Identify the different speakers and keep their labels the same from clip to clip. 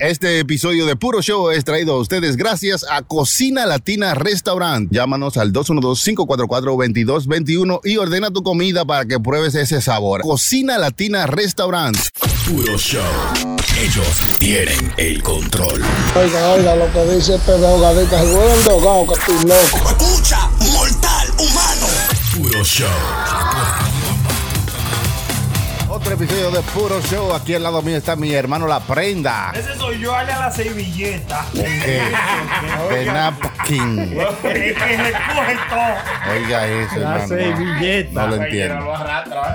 Speaker 1: Este episodio de Puro Show es traído a ustedes gracias a Cocina Latina Restaurant. Llámanos al 212-544-2221 y ordena tu comida para que pruebes ese sabor. Cocina Latina Restaurant.
Speaker 2: Puro show. Ellos tienen el control.
Speaker 3: Oiga, oiga, lo que dice este Pedro Gadita, se vuelve drogado, que estoy loco.
Speaker 2: Escucha, mortal, humano. Puro show.
Speaker 1: Otro episodio de Puro Show. Aquí al lado mío está mi hermano La Prenda.
Speaker 4: Ese soy yo, ale a la servilleta.
Speaker 1: De, Eh, de Napkin.
Speaker 4: El que recoge todo.
Speaker 1: Oiga eso, hermano. No lo entiendo.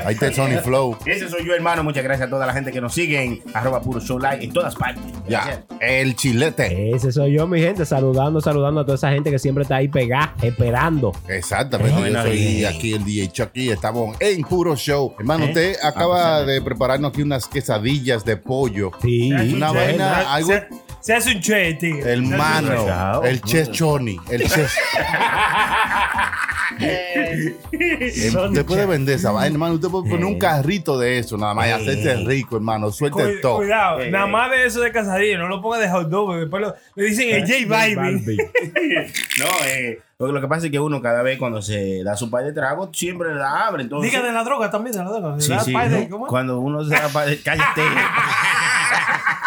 Speaker 1: Ahí está el Sony Flow.
Speaker 5: Ese soy yo, hermano. Muchas gracias a toda la gente que nos siguen. Arroba puro show live en todas partes.
Speaker 1: Ya, el chilete.
Speaker 6: Ese soy yo, mi gente, saludando, saludando a toda esa gente que siempre está ahí pegada, esperando.
Speaker 1: Exactamente, yo
Speaker 5: Bueno,
Speaker 1: soy
Speaker 5: y-
Speaker 1: aquí el DJ Chucky, estamos en puro show.
Speaker 4: ¿Eh?
Speaker 1: Hermano, usted
Speaker 4: Ah,
Speaker 1: acaba de prepararnos aquí unas quesadillas de pollo.
Speaker 6: Sí,
Speaker 1: Una
Speaker 4: pues, Sí,
Speaker 1: vaina,
Speaker 4: se-
Speaker 1: algo-
Speaker 4: se- Se hace un che, tío.
Speaker 1: Hermano, el chef Choni, el chef. Eh, Usted puede vender esa vaina, hermano. Usted puede poner un carrito de eso, nada más, y hacerse rico, hermano. Suelte
Speaker 4: Cu-
Speaker 1: todo.
Speaker 4: Cuidado,
Speaker 6: Eh.
Speaker 4: nada más de eso de casadillo, no lo ponga de hot dog, porque después lo- le dicen el J Balvin.
Speaker 5: No, eh, porque lo que pasa es que uno cada vez cuando se da su par de trago, siempre la abre. Entonces,
Speaker 4: Diga de la droga también, de la droga.
Speaker 5: Sí,
Speaker 4: ¿verdad?
Speaker 5: sí,
Speaker 4: Padre,
Speaker 5: ¿no?
Speaker 4: ¿cómo es?
Speaker 5: Cuando uno se da par de... Cállate.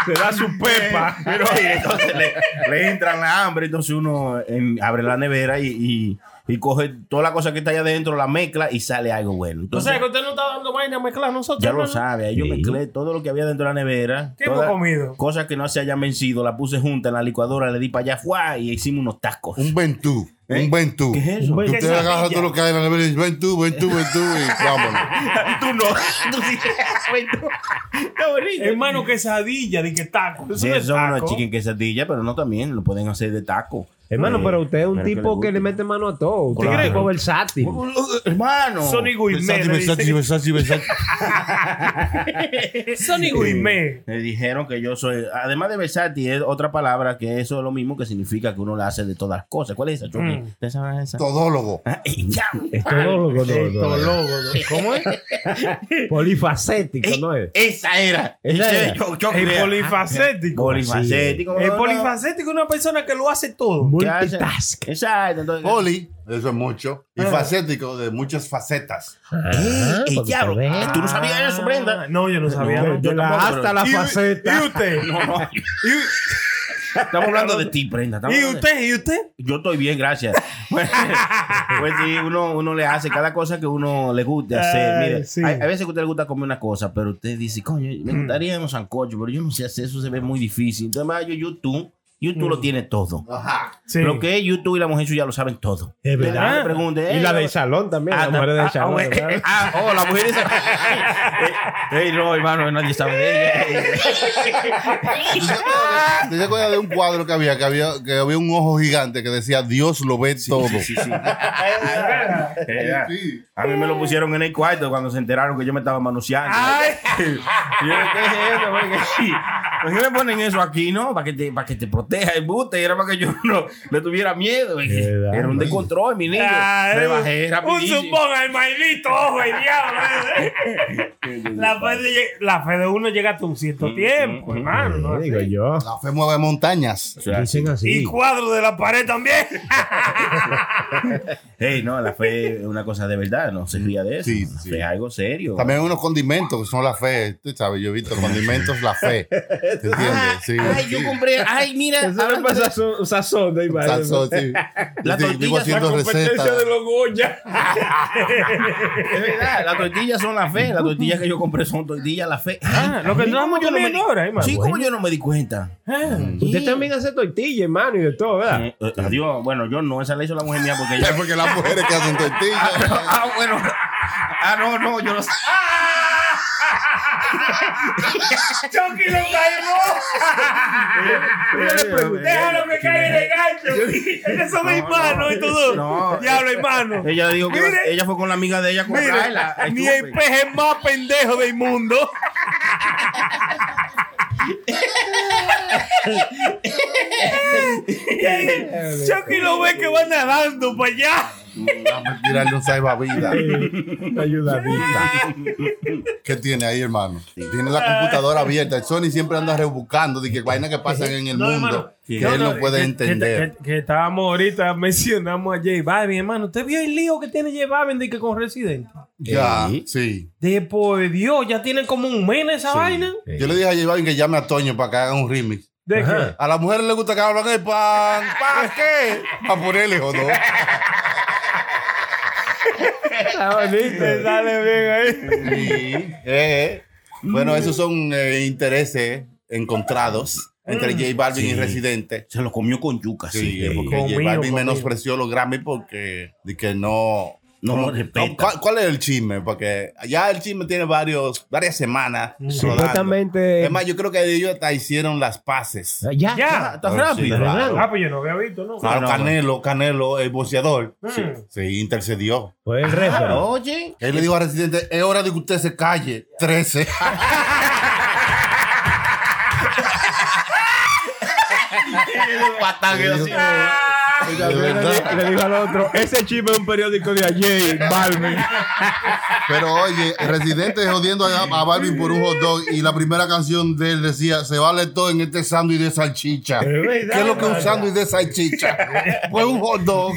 Speaker 4: Se da su pepa.
Speaker 5: Pero, oye, entonces le, le entran la hambre, entonces uno em, abre la nevera y, y- y coge toda la cosa que está allá adentro, la mezcla y sale algo bueno.
Speaker 4: O
Speaker 5: Entonces,
Speaker 4: sea, que usted no está dando vaina a mezclar nosotros.
Speaker 5: Ya lo
Speaker 4: hermano.
Speaker 5: sabe, ahí yo
Speaker 6: Sí.
Speaker 5: mezclé todo lo que había dentro de la nevera.
Speaker 4: ¿Qué hemos
Speaker 5: todas-
Speaker 4: comido?
Speaker 5: Cosas que no se hayan vencido, la puse junta en la licuadora, le di para allá, ¡fua! y hicimos unos tacos. ¿Eh?
Speaker 1: Un ventú, un ventú.
Speaker 5: ¿Qué es eso?
Speaker 1: Que Usted
Speaker 4: Quesadilla.
Speaker 1: agarra todo lo que hay en la nevera y dice, ventú, ventú, ventú, y vámonos.
Speaker 5: tú no. tú sí. Está bonito.
Speaker 4: Hermano, quesadilla, de que taco. Eso
Speaker 5: Sí,
Speaker 4: no es
Speaker 5: son unos
Speaker 4: taco.
Speaker 5: chicken quesadilla, pero no también, lo pueden hacer de taco.
Speaker 6: Hermano,
Speaker 5: Eh,
Speaker 6: pero usted es un
Speaker 5: para que
Speaker 6: tipo que le,
Speaker 5: guste.
Speaker 6: mete mano a todo. Usted
Speaker 5: Claro.
Speaker 6: cree que es versátil.
Speaker 5: Uh, Hermano.
Speaker 4: Sony Gourmet. le dicen. Sony Gourmet.
Speaker 5: Me dijeron que yo soy, además de versátil, es otra palabra que eso es lo mismo que significa que uno la hace de todas las cosas. ¿Cuál es esa? Chucky?
Speaker 4: Mm.
Speaker 5: ¿Ustedes saben esa?
Speaker 1: Todólogo.
Speaker 5: Ah, y ya.
Speaker 6: Es todólogo, no, no, no.
Speaker 4: ¿Cómo es?
Speaker 6: Polifacético,
Speaker 5: Ey,
Speaker 6: ¿no es?
Speaker 5: Esa era.
Speaker 6: Esa
Speaker 5: Ese
Speaker 6: era.
Speaker 5: yo- yo
Speaker 4: El
Speaker 5: creía.
Speaker 4: polifacético.
Speaker 5: Polifacético.
Speaker 4: El
Speaker 5: no, no.
Speaker 4: polifacético es una persona que lo hace todo.
Speaker 5: ¿Qué hace?
Speaker 6: Multitask.
Speaker 5: Exacto. Entonces,
Speaker 1: Poli, eso es mucho. Y facético, de muchas facetas.
Speaker 6: Ah,
Speaker 5: ¡Ey,
Speaker 6: porque
Speaker 5: diablo!
Speaker 6: usted ve.
Speaker 5: ¿Tú no sabías eso, Brenda?
Speaker 4: No, yo Ah, no sabía.
Speaker 5: No,
Speaker 6: De
Speaker 5: yo
Speaker 6: la
Speaker 5: tampoco,
Speaker 6: hasta
Speaker 5: pero-
Speaker 6: la
Speaker 4: ¿Y,
Speaker 6: faceta.
Speaker 4: y usted?
Speaker 5: No, no. Estamos hablando de ti, Brenda. estamos
Speaker 4: ¿Y
Speaker 5: hablando de-
Speaker 4: usted? ¿Y usted?
Speaker 5: Yo estoy bien, gracias. Pues, pues sí, uno, uno le hace cada cosa que uno le guste hacer.
Speaker 4: Ay,
Speaker 5: Mire,
Speaker 4: sí.
Speaker 5: hay, hay veces que a usted le gusta comer una cosa, pero usted dice, coño,
Speaker 6: Mm.
Speaker 5: me gustaría unos sancochos, pero yo no sé hacer eso, se ve muy difícil. Entonces, más yo YouTube, YouTube
Speaker 6: Mm.
Speaker 5: lo tiene todo.
Speaker 6: Ah,
Speaker 4: Sí.
Speaker 5: Lo que es YouTube y la mujer suya lo saben todo.
Speaker 6: Es verdad.
Speaker 5: Le pregunte,
Speaker 6: Ah. Y
Speaker 5: "Ey,
Speaker 6: la del
Speaker 4: eh,
Speaker 5: yo-
Speaker 6: salón también, la mujer del salón.
Speaker 5: ah,
Speaker 6: ¿sabes?
Speaker 5: ah, oh, la mujer esa. Eh, Ey, ey, no, hermano, nadie sabe de ella.
Speaker 1: ¿Tú te acuerdas de- ¿Tú te acuerdas de un cuadro que había, que había, que había un ojo gigante que decía Dios lo ve todo? Sí.
Speaker 5: A mí me lo pusieron en el cuarto cuando se enteraron que yo me estaba manuseando.
Speaker 4: Ay,
Speaker 5: Yo, ¿qué es eso? ¿Por qué? ¿Por qué me ponen eso aquí, no? Para que te, para que te proteja el buste. Y era para que yo no le tuviera miedo.
Speaker 6: verdad,
Speaker 5: Era un
Speaker 6: oye.
Speaker 5: descontrol, mi niño.
Speaker 4: ay,
Speaker 5: Me bajé
Speaker 4: Ah, eh. un
Speaker 5: rapidísimo.
Speaker 4: zumbón al maldito ojo el diablo. eh. la, fe de, lleg- la fe de uno llega hasta un cierto tiempo, hermano. ¿no?
Speaker 6: Digo yo.
Speaker 1: La fe mueve montañas.
Speaker 5: O sea,
Speaker 6: Dicen
Speaker 4: Y
Speaker 6: así.
Speaker 4: cuadro de la pared también.
Speaker 5: Hey, no, la fe es una cosa de verdad. No se ría de eso.
Speaker 1: Sí,
Speaker 5: La
Speaker 1: sí.
Speaker 5: fe es algo serio.
Speaker 1: También unos condimentos que son la fe. Tú sabes, yo he visto condimentos la fe. ¿Te entiendes? Sí.
Speaker 5: Ay, yo
Speaker 1: sí.
Speaker 5: compré. Ay, mira.
Speaker 6: Eso
Speaker 5: ahora-
Speaker 6: no pasa sazón, sazón, ¿no?
Speaker 1: Salso, sí.
Speaker 5: La
Speaker 1: Sí, vivo
Speaker 5: tortilla es la
Speaker 1: haciendo recetas.
Speaker 6: los Goya.
Speaker 5: Es verdad, las tortillas son la fe. Las tortillas que yo compré son tortillas la fe.
Speaker 4: Ah, lo que
Speaker 5: ¿Y
Speaker 4: no
Speaker 5: cómo
Speaker 4: estamos comiendo
Speaker 5: di-
Speaker 4: ahora, hermano? Ah,
Speaker 5: Sí, como
Speaker 4: Bueno.
Speaker 5: yo no me di cuenta.
Speaker 6: Usted también hace tortilla, hermano, y de todo,
Speaker 4: Ah,
Speaker 6: ¿verdad?
Speaker 5: Eh, eh, Adiós. Bueno, yo no, esa la hizo la mujer mía porque
Speaker 1: Es
Speaker 5: ella.
Speaker 1: porque las mujeres que hacen tortillas.
Speaker 5: ah, bueno. Ah, no, no, yo no sé.
Speaker 4: Chucky lo
Speaker 5: Yo le pregunté.
Speaker 4: Déjalo que caiga en el gancho. Es que son hermanos Ah, y todo.
Speaker 5: no.
Speaker 4: Diablo, hermano.
Speaker 5: Ella dijo que
Speaker 4: Mire.
Speaker 5: ella fue con la amiga de ella a comprarla.
Speaker 4: Mira, ni el
Speaker 5: Estúpida.
Speaker 4: peje más pendejo del mundo. Chucky lo ve que va nadando para allá.
Speaker 1: Déjame tirarle un salvavidas.
Speaker 6: Ayudadita.
Speaker 1: ¿Qué tiene ahí, hermano? Tiene la computadora abierta. El Sony siempre anda rebuscando de que vainas que pasan en el
Speaker 4: No, hermano.
Speaker 1: mundo que él no puede
Speaker 4: que-
Speaker 1: entender.
Speaker 4: Que, que- que estábamos ahorita, mencionamos a J Balvin, hermano. ¿Usted vio el lío que tiene J Balvin de que con Residente?
Speaker 1: Ya, sí.
Speaker 4: De por Dios, ya tienen como un mes en esa vaina.
Speaker 1: Yo le dije a J Balvin que llame a Toño para que haga un remix.
Speaker 4: ¿De qué?
Speaker 1: A las mujeres les gusta que hablan de pan. ¿Para qué? Para ponerle jodón.
Speaker 4: Está
Speaker 6: Ah,
Speaker 4: bonito. Dale bien ahí.
Speaker 1: Sí, eh.
Speaker 6: Mm.
Speaker 1: Bueno, esos son eh, intereses encontrados
Speaker 6: Mm.
Speaker 1: entre J Balvin y
Speaker 5: Sí.
Speaker 1: Residente.
Speaker 5: Se lo comió con yuca, sí.
Speaker 1: Sí,
Speaker 5: eh.
Speaker 1: porque J
Speaker 4: Conmigo,
Speaker 1: Balvin
Speaker 4: conmigo.
Speaker 1: menospreció los Grammy porque de que no.
Speaker 5: No
Speaker 1: como-
Speaker 5: respeta.
Speaker 1: ¿cuál, cuál es el chisme? Porque ya el chisme tiene varios, varias semanas.
Speaker 5: Mm.
Speaker 1: rodando.
Speaker 6: Supuestamente.
Speaker 1: Es más, yo creo que ellos hasta hicieron las paces.
Speaker 6: Ya.
Speaker 4: Ya.
Speaker 5: Está
Speaker 1: Sí,
Speaker 5: rápido.
Speaker 1: claro.
Speaker 4: Ah, pues yo no había visto, ¿no?
Speaker 1: Claro,
Speaker 5: no,
Speaker 1: Canelo, Canelo, el boxeador,
Speaker 4: Mm.
Speaker 1: sí, se intercedió.
Speaker 6: Fue el referee.
Speaker 5: Oye.
Speaker 1: Él le dijo a Residente, es hora de que usted se calle. 13.
Speaker 5: Patán,
Speaker 1: Yo-
Speaker 5: así.
Speaker 1: De verdad.
Speaker 6: Le dijo al otro, ese chisme es un periódico de ayer, Balvin.
Speaker 1: Pero oye, Residente jodiendo a, a Balvin por un hot dog y la primera canción de él decía, se vale todo en este sándwich de salchicha. ¿Qué es lo que es un sándwich de salchicha? Pues un hot dog.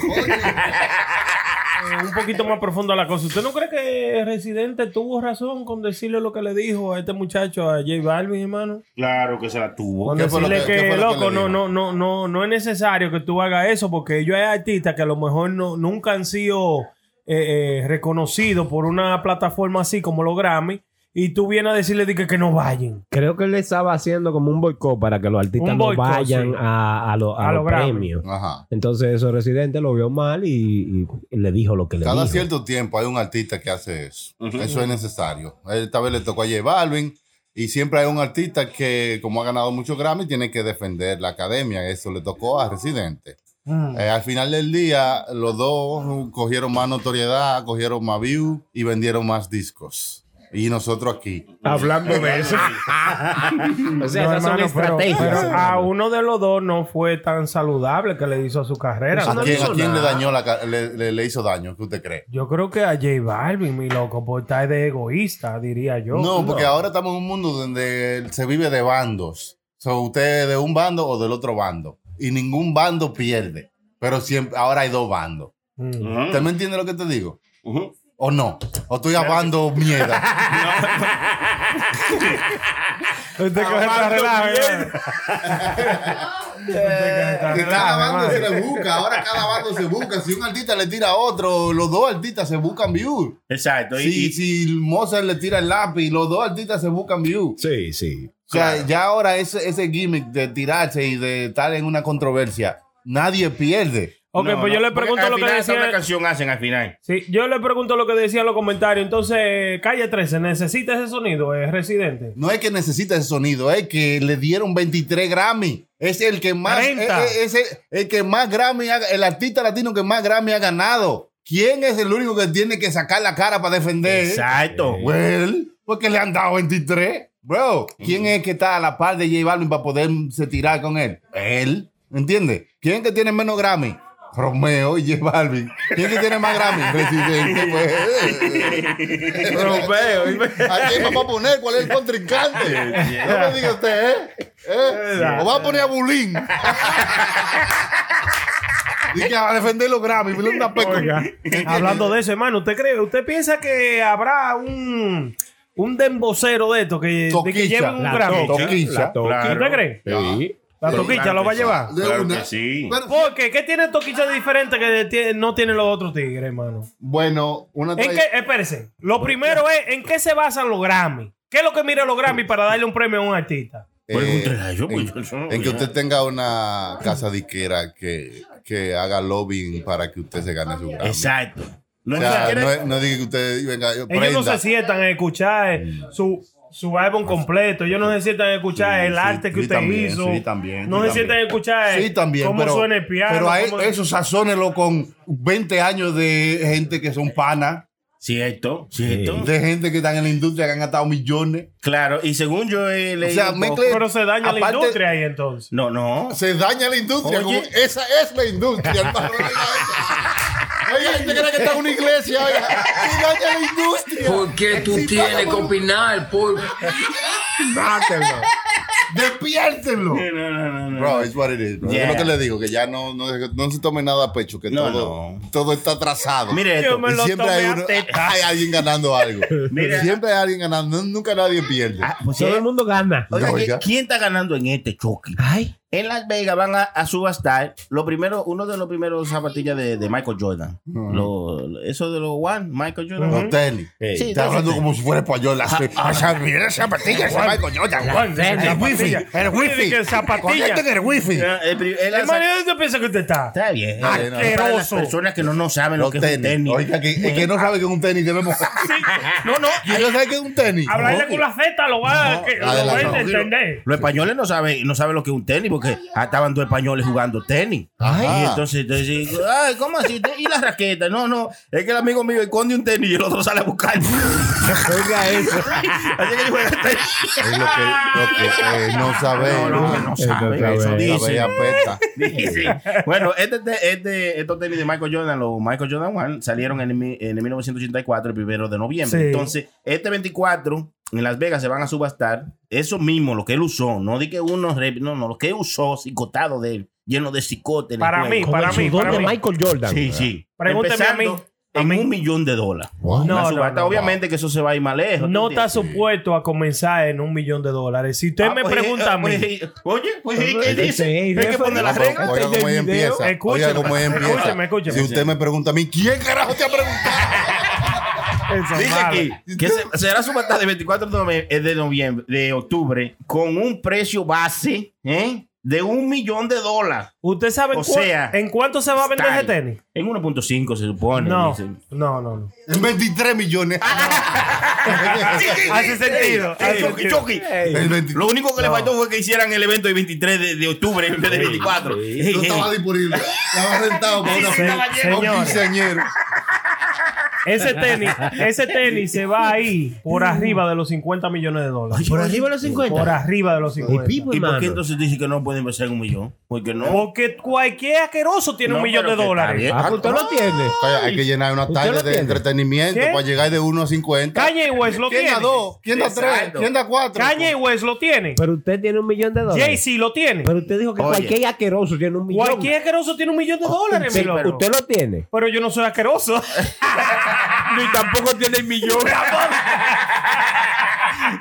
Speaker 4: Eh, un poquito más profundo a la cosa. ¿Usted no cree que Residente tuvo razón con decirle lo que le dijo a este muchacho, a J Balvin, hermano?
Speaker 5: Claro que se la tuvo.
Speaker 4: Con
Speaker 1: ¿Qué fue lo
Speaker 4: decirle
Speaker 1: que- qué
Speaker 4: que,
Speaker 1: fue lo que
Speaker 4: loco,
Speaker 1: le
Speaker 4: no,
Speaker 1: dijo?
Speaker 4: no, no, no, no es necesario que tú hagas eso, porque ellos hay artistas que a lo mejor no, nunca han sido eh, eh, reconocidos por una plataforma así como los Grammy, y tú vienes a decirle de que, que no vayan.
Speaker 6: Creo que él estaba haciendo como un boicot para que los artistas
Speaker 4: Un
Speaker 6: no
Speaker 4: boicot,
Speaker 6: vayan
Speaker 4: sí.
Speaker 6: a, a los- a
Speaker 4: A
Speaker 6: los
Speaker 4: los Grammy.
Speaker 6: premios.
Speaker 1: Ajá.
Speaker 6: Entonces, eso residente lo vio mal y, y le dijo lo que le
Speaker 1: Cada
Speaker 6: dijo.
Speaker 1: cierto tiempo hay un artista que hace eso. Eso es necesario. Esta vez le tocó a J Balvin. Y siempre hay un artista que, como ha ganado muchos Grammy, tiene que defender la academia. Eso le tocó a Residente.
Speaker 6: Mm.
Speaker 1: Eh, al final del día, los dos cogieron más notoriedad, cogieron más views y vendieron más discos. Y nosotros aquí.
Speaker 6: Hablando de eso. o sea,
Speaker 4: No,
Speaker 6: esas son
Speaker 4: hermano, pero-
Speaker 6: estrategias.
Speaker 4: pero a uno de los dos no fue tan saludable que le hizo a su carrera.
Speaker 1: ¿A
Speaker 6: no
Speaker 1: quién,
Speaker 6: hizo
Speaker 1: a quién le
Speaker 6: nada.
Speaker 1: dañó la ca- le, le- le hizo daño? ¿Qué usted cree?
Speaker 4: Yo creo que a J Balvin, mi loco, por estar de egoísta, diría yo.
Speaker 1: No, porque ahora estamos en un mundo donde se vive de bandos. So, usted es de un bando o del otro bando. Y ningún bando pierde. Pero siempre, ahora hay dos bandos.
Speaker 4: Mm.
Speaker 1: ¿Usted me entiende lo que te digo? ¿O no? ¿O estoy hablando mierda?
Speaker 4: Usted que se está relajo, ¿eh? hermano. Usted que se está relajo, hermano.
Speaker 1: le busca. Ahora cada bando se busca. Si un artista le tira a otro, los dos artistas se buscan views.
Speaker 5: Exacto. y-
Speaker 1: Si,
Speaker 5: y-
Speaker 1: si Mozart le tira el lápiz, los dos artistas se buscan views.
Speaker 6: Sí, sí.
Speaker 1: O sea, ya ahora ese, ese gimmick de tirarse y de estar en una controversia, nadie pierde.
Speaker 4: Ok,
Speaker 5: No,
Speaker 4: pues yo
Speaker 5: no,
Speaker 4: le pregunto
Speaker 5: porque
Speaker 4: lo
Speaker 5: al
Speaker 4: que
Speaker 5: final hasta
Speaker 4: decía.
Speaker 5: una canción hacen al final.
Speaker 4: Sí, yo le pregunto lo que decían los comentarios. Entonces, calle 13, ¿necesita ese sonido? ¿Es residente?
Speaker 1: No es que necesita ese sonido, es que le dieron 23 Grammy. Es el que más, es,
Speaker 4: 30.
Speaker 1: es- es el, el que más Grammy, ha- el artista latino que más Grammy ha ganado. ¿Quién es el único que tiene que sacar la cara para defender?
Speaker 5: Exacto.
Speaker 1: Well, porque le han dado 23. Bro, ¿quién es que está a la par de J Balvin para poderse tirar con él? Él. ¿Entiendes? ¿Quién es que tiene menos Grammy? Romeo y J Balvin. ¿Quién es que tiene más Grammy? Residente, pues. Romeo. ¿A quién vamos a poner? ¿Cuál es el contrincante? No me diga usted, ¿eh? ¿Eh? ¿O va a poner a Bulín? Dice que va a defender los Grammy. Mira una peco.
Speaker 4: Hablando de eso, hermano, ¿usted cree? ¿Usted piensa que habrá un, un dembocero de esto que, de que
Speaker 1: Toquicha.
Speaker 4: lleve un
Speaker 1: La
Speaker 4: Grammy?
Speaker 1: toquicha.
Speaker 6: La toca.
Speaker 5: Claro.
Speaker 4: ¿Usted cree?
Speaker 6: Sí.
Speaker 4: ¿La
Speaker 1: Sí,
Speaker 4: toquicha
Speaker 5: claro
Speaker 4: lo va a
Speaker 5: que sí.
Speaker 4: llevar?
Speaker 1: De
Speaker 5: Claro
Speaker 1: una.
Speaker 5: que sí.
Speaker 1: Pero-
Speaker 4: ¿Por qué? ¿Qué tiene toquicha diferente que tie- no tienen los otros tigres, hermano?
Speaker 1: Bueno, una
Speaker 4: ¿En
Speaker 1: tray-
Speaker 4: qué, espérese, lo primero es en qué se basan los Grammy. ¿Qué es lo que mira los Grammy para darle un premio a un artista?
Speaker 7: Eh,
Speaker 5: Pregúntale a ellos, pues,
Speaker 1: en,
Speaker 5: yo- yo no
Speaker 1: en que
Speaker 5: voy a-
Speaker 1: usted tenga una casa diquera que, que haga lobbying para que usted se gane su Grammy.
Speaker 5: Exacto. No
Speaker 1: O
Speaker 5: es
Speaker 1: sea,
Speaker 5: cualquier-
Speaker 1: no, es- no diga que usted venga,
Speaker 4: Ellos no
Speaker 1: prenda. Mm. Ah,
Speaker 4: se sientan a escuchar eh, su, su álbum completo. Ellos no se sientan a escuchar
Speaker 1: Sí,
Speaker 4: el
Speaker 1: sí,
Speaker 4: arte que
Speaker 1: sí,
Speaker 4: usted
Speaker 1: también,
Speaker 4: hizo.
Speaker 1: sí, también,
Speaker 4: no
Speaker 1: sí,
Speaker 4: se sientan a escuchar eh,
Speaker 1: Sí, también,
Speaker 4: cómo
Speaker 1: pero,
Speaker 4: suena el piano.
Speaker 1: pero a e-
Speaker 4: cómo-
Speaker 1: eso sazónelo con 20 años de gente que son panas,
Speaker 5: Cierto, cierto.
Speaker 1: de gente que están en la industria que han gastado millones.
Speaker 5: Claro, y según yo he leído.
Speaker 1: sea,
Speaker 5: un
Speaker 1: mezcle-
Speaker 5: poco-
Speaker 4: Pero se daña la
Speaker 1: Aparte-
Speaker 4: industria ahí entonces.
Speaker 5: No, no.
Speaker 1: Se daña la industria.
Speaker 5: Oye.
Speaker 1: como- esa es la industria. hermano.
Speaker 7: Oiga, ¿usted cree que está en una iglesia? Oiga, y daña la industria.
Speaker 8: Porque tú tienes que opinar, por...
Speaker 1: Mátenlo. Despiértenlo.
Speaker 5: No, no, no, no.
Speaker 7: Bro, it's what it is, bro.
Speaker 5: Yeah.
Speaker 7: Es lo que le digo, que ya no, no, no se tome nada a pecho, que
Speaker 5: No,
Speaker 7: todo,
Speaker 5: no.
Speaker 7: todo está trazado.
Speaker 5: Mire
Speaker 4: Yo
Speaker 5: esto.
Speaker 4: me
Speaker 7: y
Speaker 4: lo
Speaker 7: siempre
Speaker 4: tomé
Speaker 7: hay,
Speaker 4: a
Speaker 7: uno-
Speaker 4: teta.
Speaker 7: hay alguien ganando algo.
Speaker 5: Mira.
Speaker 7: Siempre hay alguien ganando. Nunca nadie pierde.
Speaker 5: Ah, pues,
Speaker 6: Todo
Speaker 5: eh,
Speaker 6: el mundo gana.
Speaker 5: oiga, ¿quién-
Speaker 7: oiga.
Speaker 5: ¿quién está ganando en este choque?
Speaker 6: Ay,
Speaker 5: En Las Vegas van a, a subastar lo primero, uno de los primeros zapatillas de, de Michael Jordan. Lo- eso de los One, Michael Jordan.
Speaker 7: Los tenis.
Speaker 5: Sí,
Speaker 7: está
Speaker 5: no,
Speaker 7: hablando
Speaker 5: sí.
Speaker 7: como si fuera español. Las- esas- Mira esa zapatilla, ese Michael Jordan.
Speaker 4: Juan,
Speaker 1: El wifi.
Speaker 4: zapatilla.
Speaker 1: El wifi.
Speaker 4: Dice que zapatilla.
Speaker 1: Conecten el wifi.
Speaker 5: Eh, el pri- él hace-
Speaker 4: Hermano, ¿y ¿dónde piensa que usted está?
Speaker 5: está bien.
Speaker 7: Ah,
Speaker 5: Eh, no,
Speaker 4: asqueroso.
Speaker 5: para las personas que no, no saben lo
Speaker 7: Los
Speaker 5: que es un
Speaker 7: tenis.
Speaker 5: tenis.
Speaker 7: Oiga, que, el que no sabe que es un tenis debemos.
Speaker 4: No, no.
Speaker 7: ¿Quién no sabe que es un tenis?
Speaker 4: Hablarle con la Z lo va,
Speaker 7: No,
Speaker 4: que- lo
Speaker 7: adelante.
Speaker 4: va
Speaker 7: No,
Speaker 4: a
Speaker 7: dilo.
Speaker 4: entender.
Speaker 5: Los españoles no saben, no saben lo que es un tenis porque ah, estaban dos españoles jugando tenis.
Speaker 7: Ajá.
Speaker 5: Y entonces, entonces, digo, ay, ¿cómo así? ¿Y las raquetas? No, no, es que el amigo mío esconde un tenis y el otro sale a buscar.
Speaker 6: oiga eso.
Speaker 5: así que juega tenis.
Speaker 7: Es lo que, lo que, eh, no sabe.
Speaker 5: Ah,
Speaker 7: eh,
Speaker 5: No, no, no saben.
Speaker 6: saben.
Speaker 5: Eso
Speaker 7: La
Speaker 5: dicen.
Speaker 7: bella peta.
Speaker 5: Dicen. Bueno, este, te- este- estos tenis de Michael Jordan, los Michael Jordan One, salieron en, el mi- en el 1984, el primero de noviembre.
Speaker 4: Sí.
Speaker 5: Entonces, este 24 en Las Vegas se van a subastar eso mismo, lo que él usó. No di que uno, rep- no, no, lo que usó, cicotado de él, lleno de cicote. en el
Speaker 4: Para
Speaker 5: cuello.
Speaker 4: mí,
Speaker 6: Con
Speaker 4: Para
Speaker 6: el sudor
Speaker 4: para
Speaker 6: de
Speaker 4: mí.
Speaker 6: Michael Jordan.
Speaker 5: Sí, sí.
Speaker 4: Pregúnteme a
Speaker 5: Empezando
Speaker 4: mí. A
Speaker 5: En
Speaker 4: mí.
Speaker 5: un millón de dólares.
Speaker 7: Wow.
Speaker 4: No,
Speaker 5: La
Speaker 4: no,
Speaker 5: subasta,
Speaker 4: no.
Speaker 5: obviamente que eso se va a ir más lejos.
Speaker 4: No
Speaker 5: ¿tú
Speaker 4: está
Speaker 5: entiendes?
Speaker 4: supuesto a comenzar en un millón de dólares. Si usted
Speaker 5: Ah,
Speaker 4: me
Speaker 5: pues,
Speaker 4: pregunta a mí,
Speaker 5: pues, Oye, pues, ¿qué dice?
Speaker 6: Ey,
Speaker 5: Hay que
Speaker 6: referee.
Speaker 5: poner las
Speaker 7: Oiga
Speaker 5: reglas.
Speaker 7: cómo ella empieza.
Speaker 4: Escúcheme,
Speaker 7: Oiga cómo ella empieza.
Speaker 4: escúcheme, escúcheme.
Speaker 7: Si usted me pregunta a mí, ¿quién carajo te ha preguntado?
Speaker 4: eso
Speaker 5: Dice
Speaker 4: vale.
Speaker 5: aquí que se- será subasta de 24 de nove- eh, de noviembre, de octubre, con un precio base ¿eh? de un millón de dólares.
Speaker 4: ¿Usted sabe
Speaker 5: O
Speaker 4: cua-
Speaker 5: sea,
Speaker 4: en cuánto se va a vender
Speaker 5: Style.
Speaker 4: ese tenis?
Speaker 5: En 1.5 se supone.
Speaker 4: No,
Speaker 5: Dice.
Speaker 4: no, no. no.
Speaker 7: 23 millones.
Speaker 4: Hace sentido.
Speaker 5: Ey,
Speaker 4: hace
Speaker 5: Chucky,
Speaker 4: sentido.
Speaker 5: Chucky.
Speaker 7: El 23
Speaker 5: Lo único que le faltó fue que hicieran el evento el 23 de, de octubre en vez de 24. Ey,
Speaker 7: no
Speaker 5: ey.
Speaker 7: estaba disponible. Estaba rentado para una
Speaker 4: Se-
Speaker 7: para un
Speaker 4: señores.
Speaker 7: quinceañero.
Speaker 4: Ese tenis, ese tenis se va ahí por arriba de los 50 millones de dólares.
Speaker 6: Por arriba de los 50.
Speaker 4: Por arriba de los 50.
Speaker 6: pipo,
Speaker 5: ¿Y por
Speaker 6: hermano.
Speaker 5: qué entonces dice que no pueden ser un millón? Porque no.
Speaker 4: Porque cualquier asqueroso tiene
Speaker 5: No,
Speaker 4: un millón de
Speaker 5: pero que
Speaker 4: dólares.
Speaker 5: está
Speaker 6: Ah, pues usted lo tiene.
Speaker 7: Oiga, hay que llenar una
Speaker 6: ¿Usted
Speaker 7: talla
Speaker 6: lo
Speaker 7: de
Speaker 6: tiene?
Speaker 7: entretenimiento
Speaker 4: ¿Qué?
Speaker 7: para llegar de 1 a 50.
Speaker 4: Kanye West lo
Speaker 7: ¿Quién
Speaker 4: tiene.
Speaker 7: da 2? ¿Quién da 3?
Speaker 5: Exacto.
Speaker 7: ¿Quién da 4?
Speaker 4: Kanye West lo tiene.
Speaker 6: Pero usted tiene un millón de dólares.
Speaker 4: Jay-Z lo tiene.
Speaker 6: Pero usted dijo que
Speaker 5: Oye.
Speaker 6: cualquier asqueroso tiene un millón.
Speaker 4: Cualquier asqueroso tiene un millón
Speaker 5: Oh,
Speaker 4: de dólares, mi
Speaker 6: Sí,
Speaker 4: loco.
Speaker 6: usted lo tiene.
Speaker 4: Pero yo no soy asqueroso.
Speaker 6: Ni tampoco tiene el millón.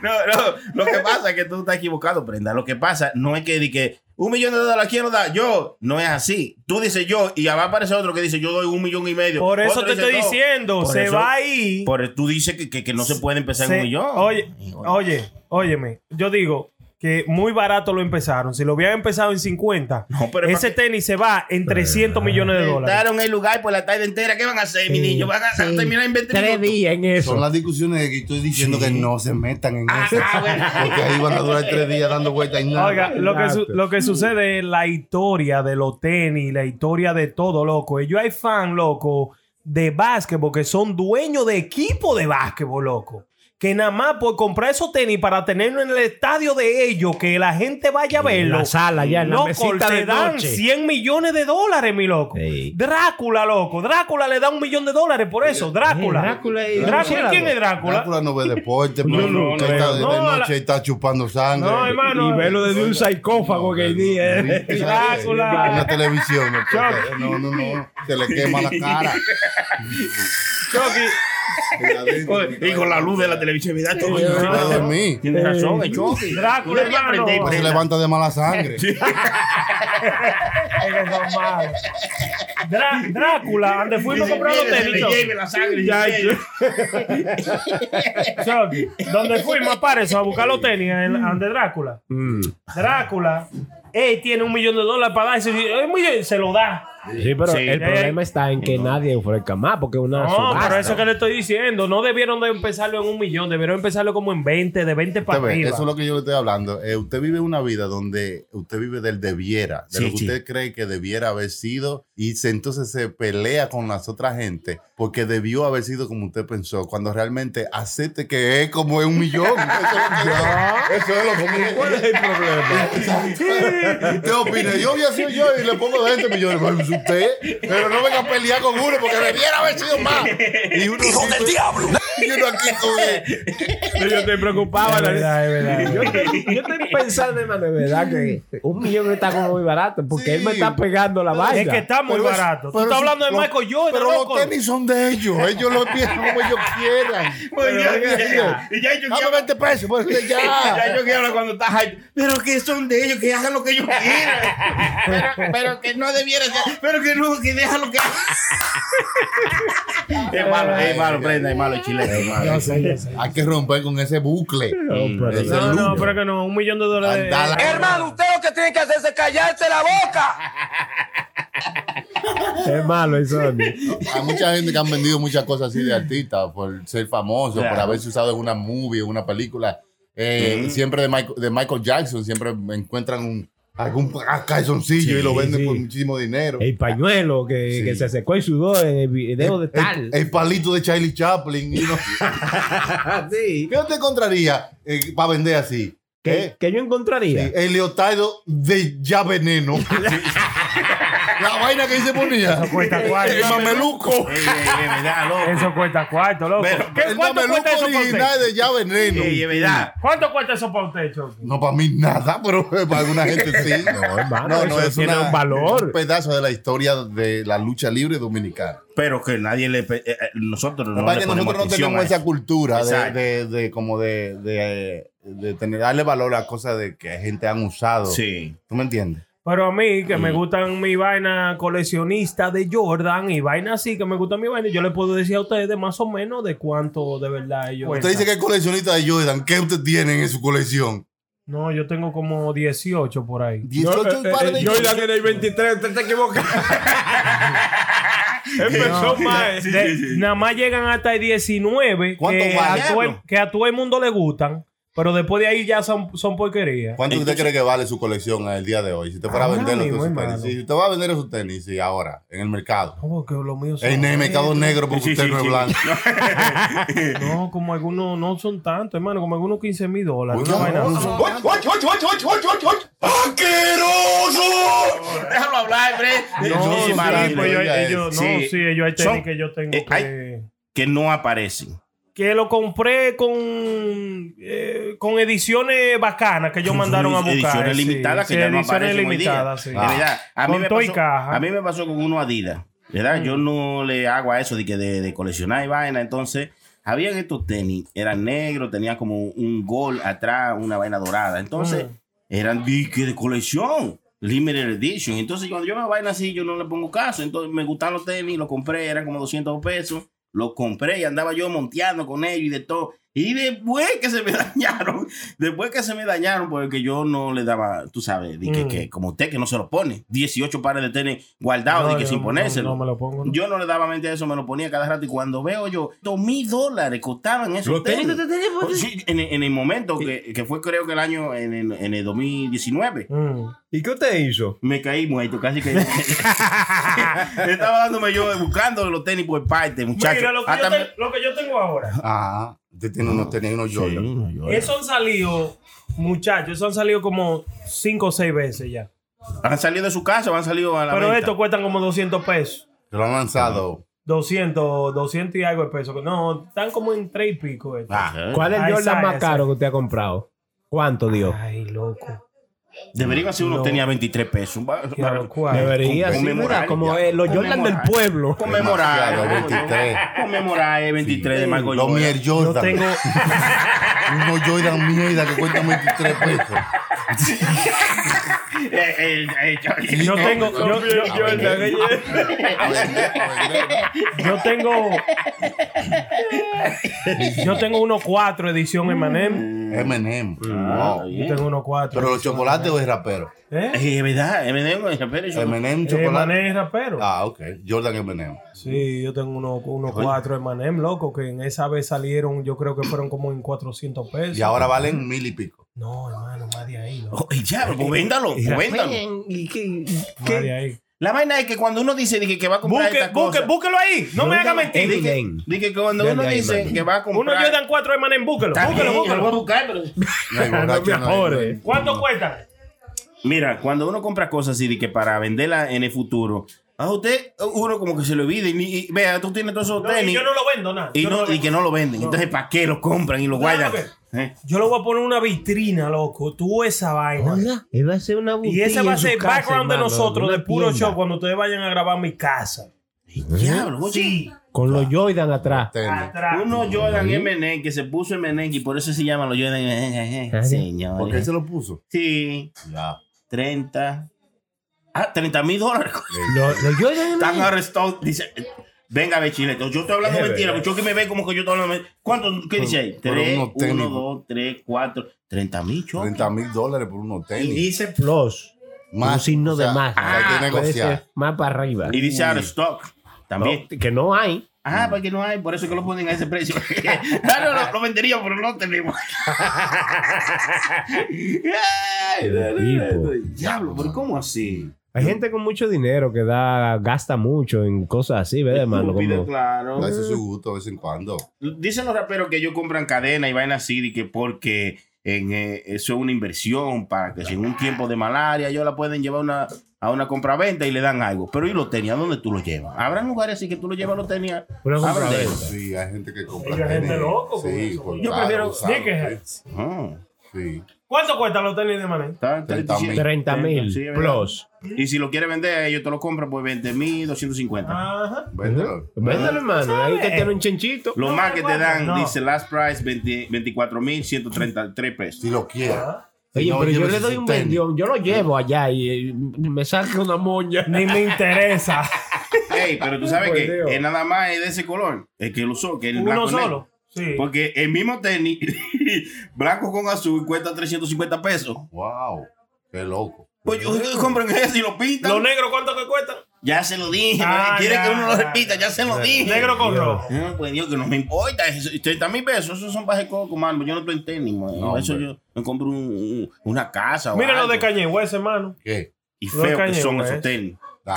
Speaker 5: No, no, lo que pasa es que tú estás equivocado, Prenda. Lo que pasa no es que di que un millón de dólares quiero dar yo. No es así. Tú dices yo y va a aparecer otro que dice yo doy un millón y medio.
Speaker 4: Por eso
Speaker 5: Otro
Speaker 4: te
Speaker 5: dice,
Speaker 4: estoy
Speaker 5: no.
Speaker 4: diciendo,
Speaker 5: Por
Speaker 4: se
Speaker 5: eso-
Speaker 4: va ahí.
Speaker 5: Por tú dices que, que- que no se puede empezar en
Speaker 4: Se-
Speaker 5: un millón.
Speaker 4: Oye, oye, óyeme. Yo digo que muy barato lo empezaron. Si lo hubieran empezado en 50,
Speaker 5: No, pero
Speaker 4: ese
Speaker 5: pa-
Speaker 4: tenis se va en 300 millones
Speaker 5: eh,
Speaker 4: de dólares.
Speaker 5: Inventaron el lugar por la tarde entera. ¿Qué van a hacer, mi niño? Van a terminar en 20
Speaker 6: Tres
Speaker 5: minutos.
Speaker 6: días en eso.
Speaker 7: Son las discusiones de que estoy diciendo que no se metan en eso.
Speaker 5: Ah,
Speaker 7: Porque ahí van a durar tres días dando vueltas y nada.
Speaker 4: Oiga, lo que, su-
Speaker 6: Exacto.
Speaker 4: lo que sucede es la historia de los tenis, la historia de todo, loco. Y yo hay fan, loco, de básquetbol que son dueños de equipo de básquetbol, loco. Que nada más por comprar esos tenis para tenerlo en el estadio de ellos, que la gente vaya a
Speaker 6: en
Speaker 4: verlo.
Speaker 6: la sala, ya en la
Speaker 4: Loco,
Speaker 6: mesita
Speaker 4: te
Speaker 6: de
Speaker 4: dan
Speaker 6: noche.
Speaker 4: 100 millones de dólares, mi loco.
Speaker 6: Sí.
Speaker 4: Drácula, loco. Drácula le da un millón de dólares por eso. Drácula.
Speaker 6: Sí, Eh, Drácula y-
Speaker 4: Drácula. ¿Quién es Drácula?
Speaker 7: Drácula no ve deporte,
Speaker 4: No,
Speaker 7: pero
Speaker 4: no,
Speaker 7: está
Speaker 4: no,
Speaker 7: de,
Speaker 4: no,
Speaker 7: de
Speaker 4: la-
Speaker 7: noche y está chupando sangre.
Speaker 4: No, hermano.
Speaker 6: y verlo desde un sarcófago que día. eh.
Speaker 4: Drácula.
Speaker 7: Una televisión. ¿no? No, no, no. Se le quema la cara. Y adentro,
Speaker 5: Oye, Y con la luz de la televisión, mira todo.
Speaker 7: No se puede dormir.
Speaker 5: Tienes razón, el choque.
Speaker 4: Drácula,
Speaker 5: Tú debías
Speaker 4: hermano.
Speaker 5: aprender,
Speaker 7: Pues se
Speaker 5: Brenda.
Speaker 7: levanta de mala sangre.
Speaker 4: Eres normal. Drá- Drácula, donde fuimos a comprar los tenis. Chucky.
Speaker 5: la sangre.
Speaker 4: Chucky, Donde fuimos a Pareso a buscar los tenis, en- donde Drácula.
Speaker 6: Mm.
Speaker 4: Drácula, él tiene un millón de dólares para darse. y- eh, muy bien, Se lo da.
Speaker 6: Sí, pero el
Speaker 4: ya,
Speaker 6: problema está en que nadie ofrezca más, porque es una
Speaker 4: No,
Speaker 6: subasta.
Speaker 4: pero eso que le estoy diciendo, no debieron de empezarlo en un millón, debieron empezarlo como en 20, de 20 para
Speaker 7: Usted ve,
Speaker 4: arriba.
Speaker 7: eso es lo que yo le estoy hablando. Eh, usted vive una vida donde usted vive del debiera, de
Speaker 5: Sí,
Speaker 7: lo que
Speaker 5: sí.
Speaker 7: usted cree que debiera haber sido
Speaker 1: y se, entonces se pelea con las otras gente porque debió haber sido como usted pensó, cuando realmente acepte que es como es un millón. Eso es lo que- eso es lo común.
Speaker 4: ¿Cuál es el problema?
Speaker 1: ¿Qué opina? Yo hubiera sido yo y le pongo 20 millones. Bueno, es usted, pero no venga a pelear con uno porque debiera haber sido más. Y uno ¡Hijo del diablo! Y uno aquí con el-
Speaker 6: Yo estoy preocupado.
Speaker 4: Es verdad, es verdad.
Speaker 6: Yo, yo estoy pensando, hermano, de verdad que un millón está como muy barato porque
Speaker 1: Sí.
Speaker 6: él me está pegando la vaina.
Speaker 4: Es que está muy
Speaker 1: Pero es-
Speaker 4: barato. Tú
Speaker 1: pero
Speaker 4: estás
Speaker 1: si-
Speaker 4: hablando de
Speaker 1: lo-
Speaker 4: Michael Jordan,
Speaker 1: Pero
Speaker 4: loco.
Speaker 1: los tenis son de ellos. Ellos los tienen como ellos quieran.
Speaker 5: Pues ya, ya, y ya yo
Speaker 1: Dame
Speaker 5: quiero-
Speaker 1: 20 pesos. Pues usted
Speaker 5: ya
Speaker 1: ya.
Speaker 5: yo quiero cuando está hype. Pero que son de ellos, que hagan lo que ellos quieran. Pero, pero que no debiera ser. Pero que no, que dejan lo que. es malo, es malo, prenda, es malo, chile. Es malo.
Speaker 1: Hay que romper con ese bucle. Ese
Speaker 4: No, no,
Speaker 1: loop.
Speaker 4: pero que no, un millón de dólares.
Speaker 1: Andala.
Speaker 8: usted lo que tiene que hacer es callarse la boca.
Speaker 6: Es malo el Sony.
Speaker 1: Hay mucha gente que han vendido muchas cosas así de artista por ser famoso, por haberse usado en una movie, en una película. Eh, Siempre de Michael, de Michael Jackson, siempre encuentran un, algún calzoncillo y lo venden
Speaker 6: sí.
Speaker 1: por muchísimo dinero.
Speaker 6: El pañuelo que,
Speaker 1: Sí. Eh,
Speaker 6: que se secó y sudó en el video de tal.
Speaker 1: El, el palito de Charlie Chaplin. y no-
Speaker 6: Sí.
Speaker 1: ¿Qué usted encontraría para vender así?
Speaker 6: Que,
Speaker 1: ¿Eh?
Speaker 6: que yo encontraría.
Speaker 1: Sí, El leotardo de ya veneno. La vaina que ahí se ponía.
Speaker 4: Eso cuesta cuarto.
Speaker 1: El mameluco.
Speaker 5: Ey, ey, es verdad, loco.
Speaker 4: Eso cuesta cuarto, loco.
Speaker 5: Pero-
Speaker 4: ¿Qué-
Speaker 1: El
Speaker 4: ¿Cuánto
Speaker 1: mameluco
Speaker 4: cuesta eso para
Speaker 1: original
Speaker 4: usted?
Speaker 1: de ya veneno.
Speaker 5: Ey, es verdad.
Speaker 4: ¿Cuánto cuesta eso para usted, Chucky?
Speaker 1: No, para mí nada, pero para alguna gente sí. No,
Speaker 6: hermano, eso tiene un valor.
Speaker 1: un pedazo de la historia de la lucha libre dominicana.
Speaker 5: Pero que nadie le. pe- eh, eh, nosotros no,
Speaker 1: Lo que pasa
Speaker 5: le
Speaker 1: es que
Speaker 5: ponemos
Speaker 1: nosotros no
Speaker 5: atención
Speaker 1: tenemos
Speaker 5: a
Speaker 1: esa
Speaker 5: eso.
Speaker 1: cultura de,
Speaker 5: Exacto.
Speaker 1: de, de como de, de, de tener, darle valor a cosas de que gente han usado.
Speaker 5: Sí.
Speaker 1: ¿Tú me entiendes?
Speaker 4: Pero a mí, que me
Speaker 1: Mm.
Speaker 4: gustan mi vaina coleccionista de Jordan y vaina así, que me gusta mi vaina, yo le puedo decir a ustedes más o menos de cuánto de verdad ellos.
Speaker 1: Usted dice que es coleccionista de Jordan. ¿Qué usted tiene en su colección?
Speaker 4: No, yo tengo como 18 por ahí.
Speaker 1: 18
Speaker 4: eh,
Speaker 1: pares de Jordan.
Speaker 6: en el 23, usted está equivocado. Empezó mal.
Speaker 4: De- Nada más llegan hasta el 19
Speaker 1: ¿Cuánto
Speaker 4: que,
Speaker 1: vale?
Speaker 4: a todo el, que a todo el mundo le gustan, pero después de ahí ya son, son porquerías.
Speaker 1: ¿Cuánto usted cree que vale su colección al día de hoy? Si usted fuera a
Speaker 4: Ah,
Speaker 1: vender
Speaker 4: muy
Speaker 1: los tenis.
Speaker 4: malo.
Speaker 1: Si usted va a vender esos tenis, sí, ahora, en el mercado.
Speaker 4: Como que los míos son-
Speaker 1: En el mercado negro porque
Speaker 5: Sí,
Speaker 1: usted
Speaker 5: sí,
Speaker 1: no es
Speaker 5: sí.
Speaker 1: blanco.
Speaker 4: No, como algunos no son tantos, hermano, como algunos 15 mil dólares.
Speaker 1: Uy,
Speaker 4: una vaina
Speaker 1: no,
Speaker 4: así.
Speaker 1: no,
Speaker 5: Déjalo hablar, hombre.
Speaker 1: No,
Speaker 5: Sí,
Speaker 1: sí,
Speaker 5: malo,
Speaker 1: sí,
Speaker 4: pues yo-
Speaker 1: ya es.
Speaker 4: ellos- no,
Speaker 5: Sí.
Speaker 4: sí, ellos hay tenis
Speaker 5: Son-
Speaker 4: que yo tengo
Speaker 5: eh, hay-
Speaker 4: que,
Speaker 5: Que no aparecen.
Speaker 4: que lo compré con, eh, con ediciones bacanas que ellos
Speaker 5: Son
Speaker 4: mandaron a buscar.
Speaker 5: Ediciones
Speaker 4: sí,
Speaker 5: limitadas que
Speaker 4: sí,
Speaker 5: ya no
Speaker 4: ediciones
Speaker 5: aparecen hoy día.
Speaker 4: limitadas, sí. Ah.
Speaker 5: De verdad, a, mí
Speaker 4: Con
Speaker 5: me
Speaker 4: todo y
Speaker 5: pasó,
Speaker 4: caja. Mm.
Speaker 5: a mí me pasó con uno Adidas. ¿Verdad? Yo no le hago a eso de, que de, de coleccionar y vaina. Entonces, habían estos tenis. Eran negros, tenían como un gol atrás, una vaina dorada.
Speaker 4: Mm.
Speaker 5: Entonces, eran disque de colección. Limited Edition. Entonces, cuando yo me vaina así, yo no le pongo caso. Entonces, me gustan los tenis, los compré, eran como 200 pesos. Los compré y andaba yo monteando con ellos y de todo. Y después que se me dañaron, después que se me dañaron, porque yo no le daba, tú sabes, de que,
Speaker 4: Mm.
Speaker 5: que como usted que no se lo pone, 18 pares de tenis guardados, de
Speaker 4: No,
Speaker 5: que
Speaker 4: yo
Speaker 5: sin
Speaker 4: no-
Speaker 5: ponérselo.
Speaker 4: No, no me lo pongo. no.
Speaker 5: Yo no le daba mente a eso, me lo ponía cada rato. Y cuando veo yo, dos mil dólares costaban esos
Speaker 6: Los tenis
Speaker 5: tenis.
Speaker 6: de tenis, pues,
Speaker 5: Sí, en, el- en el momento que, que fue, creo que el año, en, el- en el 2019,
Speaker 4: Mm.
Speaker 6: ¿Y qué usted hizo?
Speaker 5: me caí muerto, casi que. Estaba dándome yo, buscando los tenis por parte, muchachos.
Speaker 4: Mira, lo que, yo
Speaker 5: Hasta
Speaker 4: te- lo que yo tengo ahora.
Speaker 1: Ah, usted tiene unos tenis, unos Jordan.
Speaker 5: me-
Speaker 4: Eso han salido, muchachos, eso han salido como 5 o 6 veces ya.
Speaker 5: Han salido de su casa, o han salido a la
Speaker 4: Pero
Speaker 5: venta?
Speaker 4: estos cuestan como 200 pesos.
Speaker 1: Se lo han lanzado.
Speaker 4: 200, 200 y algo de pesos. No, están como en 3 y pico. eh. estos.
Speaker 5: Ah,
Speaker 6: ¿Cuál es el
Speaker 4: Ahí
Speaker 6: Jordan
Speaker 4: sale,
Speaker 6: más
Speaker 4: ahí
Speaker 6: caro
Speaker 4: sale.
Speaker 6: que usted ha comprado? ¿Cuánto dio?
Speaker 4: Ay, loco.
Speaker 5: Deberían hacer unos
Speaker 4: No.
Speaker 5: tenis a 23 pesos. un bar-
Speaker 4: Qué
Speaker 5: bar-
Speaker 4: locura.
Speaker 6: Debería,
Speaker 5: Con-
Speaker 6: sí,
Speaker 5: conmemorar,
Speaker 6: mira, como
Speaker 5: ya.
Speaker 6: eh, los Jordan del
Speaker 5: Conmemorar.
Speaker 6: pueblo.
Speaker 5: Conmemorar.
Speaker 1: Demasiado, 23.
Speaker 5: Conmemorar el 23 de Michael
Speaker 1: Los
Speaker 5: Jordan.
Speaker 1: Mier
Speaker 4: Yo
Speaker 1: Jordan.
Speaker 4: tengo.
Speaker 1: Unos Jordan mierda que cuestan 23 pesos.
Speaker 5: Eh, eh, eh, yo-
Speaker 4: Yo tengo. Yo, yo- yo tengo. Yo tengo unos 4 edición Emanem.
Speaker 1: M&M.
Speaker 5: Ah,
Speaker 1: Wow.
Speaker 5: bien.
Speaker 4: Yo tengo unos 4.
Speaker 1: Pero los chocolates o el rapero.
Speaker 4: ¿Eh?
Speaker 5: Eh, Es verdad, M&M, espere, yo-
Speaker 1: M&M chocolate.
Speaker 4: Emanem es rapero.
Speaker 1: Ah, ok. Jordan M&M.
Speaker 4: Sí, yo tengo unos unos cuatro Emanem, loco, que en esa vez salieron, yo creo que fueron como en 400 pesos.
Speaker 1: Y ahora valen mil y pico.
Speaker 4: No, hermano, más de ahí, loco.
Speaker 5: Oh, eh, ya, pues véndalo, pues véndalo.
Speaker 6: ¿Y qué?
Speaker 4: Más de ahí.
Speaker 5: La vaina es que cuando uno dice dije, que va a comprar
Speaker 4: Busque,
Speaker 5: esta
Speaker 4: busque,
Speaker 5: cosa,
Speaker 4: búsquelo ahí. No me haga mentir.
Speaker 5: Dije,
Speaker 6: Ven.
Speaker 5: dije que cuando
Speaker 6: Ven
Speaker 5: uno
Speaker 6: de ahí,
Speaker 5: dice
Speaker 6: mano.
Speaker 5: que va a comprar...
Speaker 4: Uno Jordan 4 de Manen, búsquelo.
Speaker 5: Está
Speaker 4: Búsquelo,
Speaker 5: bien, lo voy a
Speaker 4: búsquelo.
Speaker 5: buscar, pero-
Speaker 6: No me
Speaker 1: ahora
Speaker 6: ajores.
Speaker 4: ¿Cuánto cuesta?
Speaker 5: Mira, cuando uno compra cosas así de que para venderla en el futuro, a usted uno como que se lo olvida. Y, ni- y- vea, tú tienes todos esos
Speaker 4: No, y
Speaker 5: tenis
Speaker 4: yo no lo vendo nada.
Speaker 5: y,
Speaker 4: Yo
Speaker 5: no-
Speaker 4: lo
Speaker 5: y que no lo venden. Entonces, ¿para qué lo compran y lo guardan?
Speaker 4: Claro
Speaker 5: ¿Eh?
Speaker 4: Yo lo voy a poner en una vitrina, loco. Tú esa vaina.
Speaker 6: Oiga, él va a ser una
Speaker 4: Y
Speaker 6: botella
Speaker 4: ese va a
Speaker 6: en su
Speaker 4: ser el
Speaker 6: casa,
Speaker 4: background de
Speaker 6: hermano,
Speaker 4: nosotros,
Speaker 6: una
Speaker 4: de puro
Speaker 6: tienda.
Speaker 4: show, cuando ustedes vayan a grabar mi casa.
Speaker 5: Diablo, oye.
Speaker 4: Sí.
Speaker 6: Con
Speaker 1: Ah.
Speaker 6: los Jordan atrás.
Speaker 4: Atrás.
Speaker 5: Uno Jordan MNX que se puso MNX y por eso se llama los Jordan Eh, MNX.
Speaker 1: Porque él
Speaker 5: Señores.
Speaker 1: se lo puso.
Speaker 5: Sí,
Speaker 1: Ya.
Speaker 5: 30. Ah, 30 mil dólares.
Speaker 6: Los, los Jordan
Speaker 5: Están arrestados. Dice, venga, ve chile. Yo estoy hablando mentira. Mucho que me ve como que yo estoy hablando mentira. ¿Cuánto? ¿Qué dice ahí?
Speaker 1: pero
Speaker 5: 3,
Speaker 1: unos
Speaker 5: 1,
Speaker 1: tenis.
Speaker 5: 2, 3, 4, 30 mil, choco.
Speaker 1: 30 mil dólares por unos
Speaker 5: Y
Speaker 1: tenis.
Speaker 5: dice,
Speaker 6: Plus.
Speaker 1: Más,
Speaker 6: un signo
Speaker 1: o sea,
Speaker 6: de más.
Speaker 1: o sea, hay que
Speaker 6: Puede
Speaker 1: negociar.
Speaker 6: ser más para arriba.
Speaker 5: y dice out of stock. También.
Speaker 6: No, que no hay.
Speaker 5: Ajá, porque no hay, por eso que lo ponen a ese precio. Claro, lo, lo vendería, pero no tenemos. Ay,
Speaker 6: tipo.
Speaker 5: Diablo, pero ¿cómo así?
Speaker 6: Hay gente con mucho dinero que da, gasta mucho en cosas así, ¿verdad, hermano?
Speaker 5: Estúpido,
Speaker 6: Como-
Speaker 5: claro.
Speaker 1: Ese es su gusto de vez en cuando.
Speaker 5: Dicen los raperos que ellos compran cadena y vainas así de que porque en, eh, eso es una inversión para que si en un tiempo de malaria ellos la pueden llevar a una, a una compraventa y le dan algo. Pero ¿y los tenis? ¿A dónde tú los llevas? ¿Habrán lugares así que tú los llevas los tenis? a-
Speaker 6: Una
Speaker 5: a
Speaker 6: compra-
Speaker 5: vender?
Speaker 1: Sí, hay gente que compra.
Speaker 4: Sí, hay gente
Speaker 1: tenis.
Speaker 4: loco con
Speaker 1: Sí,
Speaker 4: eso.
Speaker 1: con
Speaker 5: Yo
Speaker 1: claro,
Speaker 5: prefiero-
Speaker 1: usado.
Speaker 4: Sneakers.
Speaker 5: Ah,
Speaker 1: Sí.
Speaker 4: ¿Cuánto cuesta los tenis de Manen?
Speaker 5: está en
Speaker 1: 37.
Speaker 6: 30 mil
Speaker 5: Sí, ¿verdad?
Speaker 6: plus.
Speaker 5: Y si lo quieres vender, ellos te lo compran por 20 mil 250.
Speaker 4: Ajá.
Speaker 1: Véndelo.
Speaker 6: Véndelo, hermano. Ahí usted tiene un chinchito.
Speaker 5: Lo
Speaker 4: No,
Speaker 5: más que te dan,
Speaker 4: no.
Speaker 5: dice last price, 20 24 mil 133 pesos.
Speaker 1: Si lo quiere.
Speaker 6: Oye,
Speaker 1: No,
Speaker 6: pero yo
Speaker 1: llévese
Speaker 6: le doy
Speaker 1: su
Speaker 6: un
Speaker 1: tenis.
Speaker 6: vendión. Yo lo llevo allá y eh, me saca una moña.
Speaker 4: Ni me interesa.
Speaker 5: Ey, pero tú sabes
Speaker 6: Por
Speaker 5: que
Speaker 6: Dios.
Speaker 5: es nada más es de ese color. El que lo usó, que el blanco
Speaker 4: Uno
Speaker 5: y negro.
Speaker 4: solo. Sí.
Speaker 5: Porque el mismo tenis, blanco con azul, cuesta 350 pesos.
Speaker 1: Wow. Qué loco.
Speaker 5: Pues yo- yo- compren eso y lo pintan.
Speaker 4: ¿Los negros cuánto que cuestan?
Speaker 5: ya se lo dije.
Speaker 4: Ah,
Speaker 5: Quiere
Speaker 4: ya,
Speaker 5: que uno lo
Speaker 4: ya,
Speaker 5: repita, ya se lo dije.
Speaker 4: Negro con rojo.
Speaker 5: Ah, pues Dios, que no me importa. eso- 30 mil pesos, esos son bajes coco, mano. Yo no estoy en tenis, man.
Speaker 1: No,
Speaker 5: eso
Speaker 1: hombre.
Speaker 5: yo me compro un- un- una casa. o
Speaker 4: Mira lo
Speaker 5: algo.
Speaker 4: de Kanye West, hermano.
Speaker 1: ¿Qué?
Speaker 5: Y
Speaker 4: lo de
Speaker 5: feo que
Speaker 4: Kanye
Speaker 5: son
Speaker 4: West.
Speaker 5: esos tenis.
Speaker 1: Da.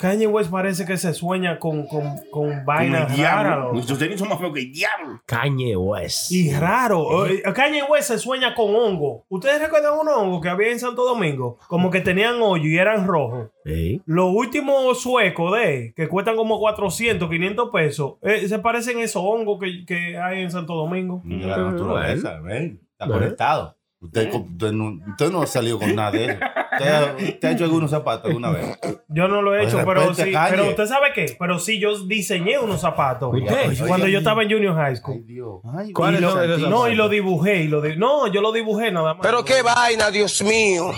Speaker 4: Kanye West parece que se sueña con, con, con
Speaker 5: Como el
Speaker 4: vainas raras.
Speaker 5: diablo.
Speaker 4: loco.
Speaker 5: Esos tenis son más feos que el diablo.
Speaker 6: Cañe West.
Speaker 4: Y raro. Eh, Kanye West se sueña con hongo. ¿Ustedes recuerdan un hongo que había en Santo Domingo? Como que tenían hoyo y eran rojos.
Speaker 6: ¿Eh?
Speaker 4: Los últimos suecos de él, que cuestan como 400, 500 pesos, eh, se parecen a esos hongos que, que hay en Santo Domingo.
Speaker 1: De la naturaleza, ven. Está conectado. Usted, co- usted no, usted no ha salido con nada de eso. Usted, ha- usted ha hecho algunos zapatos alguna vez.
Speaker 4: Yo no lo he
Speaker 1: Pues
Speaker 4: hecho,
Speaker 1: de
Speaker 4: pero
Speaker 1: repente
Speaker 4: sí.
Speaker 1: Kanye.
Speaker 4: Pero usted sabe qué? Pero sí, yo diseñé unos zapatos
Speaker 6: Oye,
Speaker 4: cuando
Speaker 1: oye,
Speaker 4: yo estaba en Junior High
Speaker 1: Ay,
Speaker 4: School.
Speaker 1: Dios.
Speaker 6: ¿Cuáles
Speaker 4: Y lo-
Speaker 6: son esos
Speaker 4: no,
Speaker 6: zapatos?
Speaker 4: y lo dibujé. Y lo di- no, yo lo dibujé nada más.
Speaker 8: Pero qué vaina, Dios mío.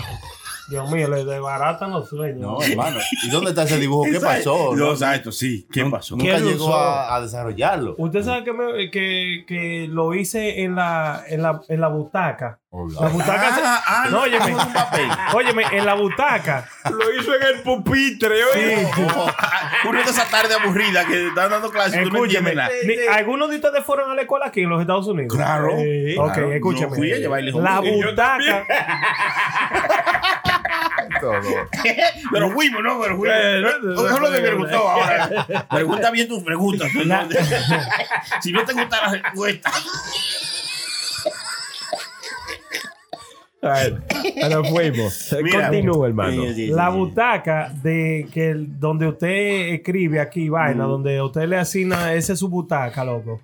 Speaker 4: Dios mío, le desbaratan los sueños.
Speaker 1: No, hermano. ¿Y dónde está ese dibujo? ¿Qué pasó? No,
Speaker 5: Los altos, sí. ¿Qué pasó?
Speaker 1: nunca
Speaker 4: ¿Quién lo
Speaker 1: llegó
Speaker 4: usó?
Speaker 1: a, a desarrollarlo.
Speaker 4: Usted sabe que, me- que, que lo hice en la, en la, en la butaca. La
Speaker 1: Hola.
Speaker 4: butaca se-
Speaker 5: Ah, ah,
Speaker 4: No,
Speaker 5: no,
Speaker 4: óyeme.
Speaker 5: un papel.
Speaker 4: Óyeme, en la butaca.
Speaker 6: Lo hizo en el pupitre, oye.
Speaker 5: Ocurrió esa tarde aburrida que están dando clases y tú no
Speaker 4: Escúcheme.
Speaker 5: entiendes nada.
Speaker 4: ni- Algunos de ustedes fueron a la escuela aquí en los Estados Unidos.
Speaker 5: Claro.
Speaker 4: Eh, ok,
Speaker 5: Claro,
Speaker 4: escúchame.
Speaker 5: yo fui a llevarle
Speaker 4: la
Speaker 5: jugo. Y yo
Speaker 4: butaca.
Speaker 5: Pero fuimos, ¿no? Pero fuimos. Eso es lo que me gustó ahora. Pregunta bien tus preguntas. ¿no?
Speaker 4: La-
Speaker 5: si no te gusta la respuesta.
Speaker 6: Pero fuimos.
Speaker 5: Mira.
Speaker 6: Continúa, hermano.
Speaker 5: Sí, sí, sí,
Speaker 4: La
Speaker 5: sí.
Speaker 4: butaca de que el- donde usted escribe aquí, vaina, donde usted le asigna ese es su butaca, loco.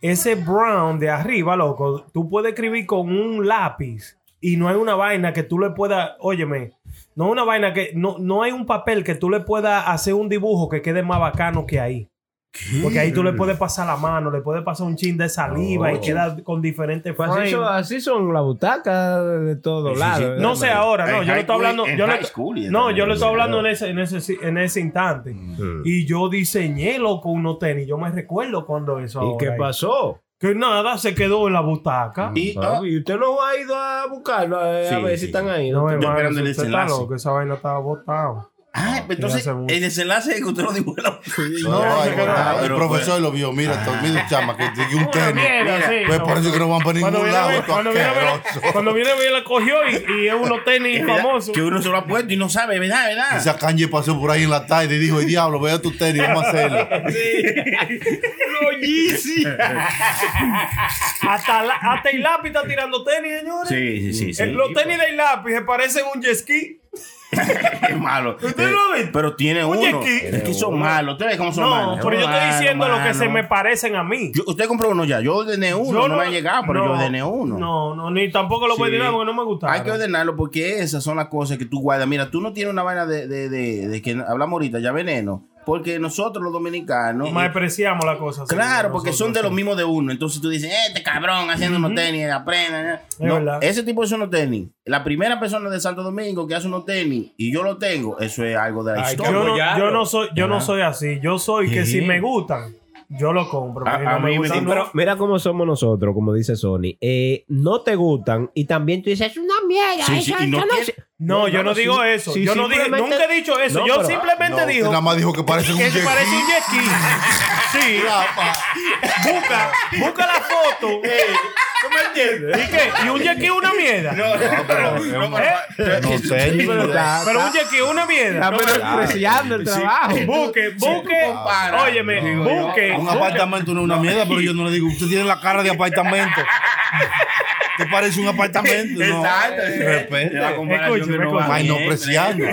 Speaker 4: Ese brown de arriba, loco, tú puedes escribir con un lápiz y no hay una vaina que tú le puedas, óyeme, no hay una vaina que, no, no hay un papel que tú le puedas hacer un dibujo que quede más bacano que ahí. Porque ahí tú le puedes pasar la mano, le puedes pasar un chin de saliva
Speaker 5: Oh.
Speaker 4: y queda con diferentes
Speaker 6: Pues así,
Speaker 4: frames.
Speaker 6: son, así son las butacas de todos lados.
Speaker 4: No sé ahora, no,
Speaker 5: En
Speaker 4: yo le
Speaker 5: high
Speaker 4: estoy
Speaker 5: school,
Speaker 4: hablando.
Speaker 5: en
Speaker 4: Yo le,
Speaker 5: high school y
Speaker 4: no,
Speaker 5: también
Speaker 4: yo le estoy
Speaker 5: en
Speaker 4: hablando en ese, en ese, en ese instante.
Speaker 6: Mm.
Speaker 4: Y yo diseñé, loco, unos tenis. Yo me recuerdo cuando eso.
Speaker 6: ¿Y
Speaker 4: ahora
Speaker 6: qué
Speaker 4: ahí.
Speaker 6: pasó?
Speaker 4: Que nada, se quedó en la butaca.
Speaker 5: Y, ah,
Speaker 6: Ah, ¿Y usted no ha ido a buscarlo eh, a
Speaker 5: Sí,
Speaker 6: ver
Speaker 5: sí.
Speaker 6: si están ahí?
Speaker 4: No, hermano,
Speaker 5: esperando el
Speaker 4: usted está
Speaker 5: desenlace.
Speaker 4: loco, esa vaina estaba botada.
Speaker 5: Ah, pues entonces
Speaker 4: hace mucho.
Speaker 5: el desenlace es que usted lo dijo. bueno.
Speaker 1: No, ay,
Speaker 4: pero-
Speaker 1: ah, el
Speaker 5: pero
Speaker 1: profesor lo vio, mira, to- mira, chama, que que un
Speaker 4: Una
Speaker 1: tenis.
Speaker 4: mierda,
Speaker 1: Mira,
Speaker 4: sí,
Speaker 1: pues
Speaker 4: no.
Speaker 1: por eso que no van para
Speaker 4: Cuando
Speaker 1: ningún
Speaker 4: viene, a
Speaker 1: lado.
Speaker 4: ver-
Speaker 1: esto
Speaker 4: cuando, viene, a ver-
Speaker 1: asqueroso.
Speaker 4: cuando viene a ver, la cogió y, y es unos tenis
Speaker 5: Es verdad
Speaker 4: famosos.
Speaker 5: pues, Que uno se lo ha puesto y no sabe, ¿verdad? ¿Verdad?
Speaker 1: Esa Kanye pasó por ahí en la tarde y dijo, "Ey, diablo, ve a tu tenis, vamos a hacerlo.
Speaker 4: Hasta, la- hasta el lápiz está tirando tenis, señores.
Speaker 5: Sí, sí, sí. pues. sí.
Speaker 4: Eh, Los tenis del lápiz se parecen un jet ski.
Speaker 5: es malo. Eh,
Speaker 4: ¿Usted lo ha visto?
Speaker 5: Pero tiene
Speaker 4: Un
Speaker 5: uno.
Speaker 4: yesquí.
Speaker 5: Es que son malos. ¿Usted ve cómo son
Speaker 4: No,
Speaker 5: malos?
Speaker 4: pero yo estoy
Speaker 5: Malos,
Speaker 4: diciendo lo que se
Speaker 5: malos.
Speaker 4: me parecen a mí.
Speaker 5: Yo- usted compró uno ya. Yo ordené uno.
Speaker 4: Yo
Speaker 5: no, me ha llegado, pero yo ordené uno.
Speaker 4: No, no, ni tampoco lo voy a
Speaker 5: Sí.
Speaker 4: tirar porque no me gusta.
Speaker 5: Hay que ordenarlo porque esas son las cosas que tú guardas. Mira, tú no tienes una vaina de, de, de, de que hablamos ahorita, ya veneno. Porque nosotros los dominicanos.
Speaker 4: Más apreciamos la cosa. sí,
Speaker 5: Claro, porque son de
Speaker 4: nosotros,
Speaker 5: los mismos de uno. Entonces tú dices, este cabrón haciendo unos tenis, aprenda.
Speaker 4: verdad.
Speaker 5: No, ese tipo hizo unos tenis. La primera persona de Santo Domingo que hace unos tenis y yo lo tengo, eso es algo de la
Speaker 4: sí.
Speaker 5: historia.
Speaker 4: Yo no,
Speaker 9: apoyarlo.
Speaker 4: yo no soy, yo no soy así. Yo soy que
Speaker 5: Sí.
Speaker 4: si me gustan, yo lo compro. pero
Speaker 5: A-
Speaker 4: si no
Speaker 5: a mí me
Speaker 4: gustan,
Speaker 5: compró-
Speaker 4: no.
Speaker 6: Mira cómo somos nosotros, como dice Sony. Eh, no te gustan y también tú dices, es una mierda.
Speaker 5: Sí, sí,
Speaker 6: eso-
Speaker 5: y no
Speaker 6: eso
Speaker 5: quiere-
Speaker 6: se-".
Speaker 4: No, yo no
Speaker 6: sí,
Speaker 4: digo eso.
Speaker 6: sí,
Speaker 4: yo no dije,
Speaker 6: simplemente-
Speaker 4: nunca he dicho eso.
Speaker 6: No,
Speaker 4: yo
Speaker 6: pero-
Speaker 4: simplemente
Speaker 1: Usted
Speaker 4: digo
Speaker 1: nada más dijo que parece un
Speaker 4: que se
Speaker 1: jet
Speaker 4: parece un
Speaker 1: ski.
Speaker 4: jet ski. Sí. Busca, busca la foto.
Speaker 6: Eh,
Speaker 4: ¿Y qué? ¿Y un jet ski es una mierda? ¿Eh?
Speaker 1: No sé, ni-
Speaker 6: Pero está-
Speaker 4: Pero un jet ski es una mierda.
Speaker 6: está menospreciando el trabajo.
Speaker 4: Busque, busque. Óyeme, busque.
Speaker 1: Un
Speaker 4: busque.
Speaker 1: apartamento no es una mierda, pero yo no le digo, usted tiene la cara de apartamento. ¿Te parece un apartamento? No.
Speaker 5: Exacto. eh,
Speaker 1: Respete.
Speaker 5: La comparación
Speaker 4: Escúcheme,
Speaker 5: que no va
Speaker 1: Ay, no
Speaker 5: bien.
Speaker 1: preciando.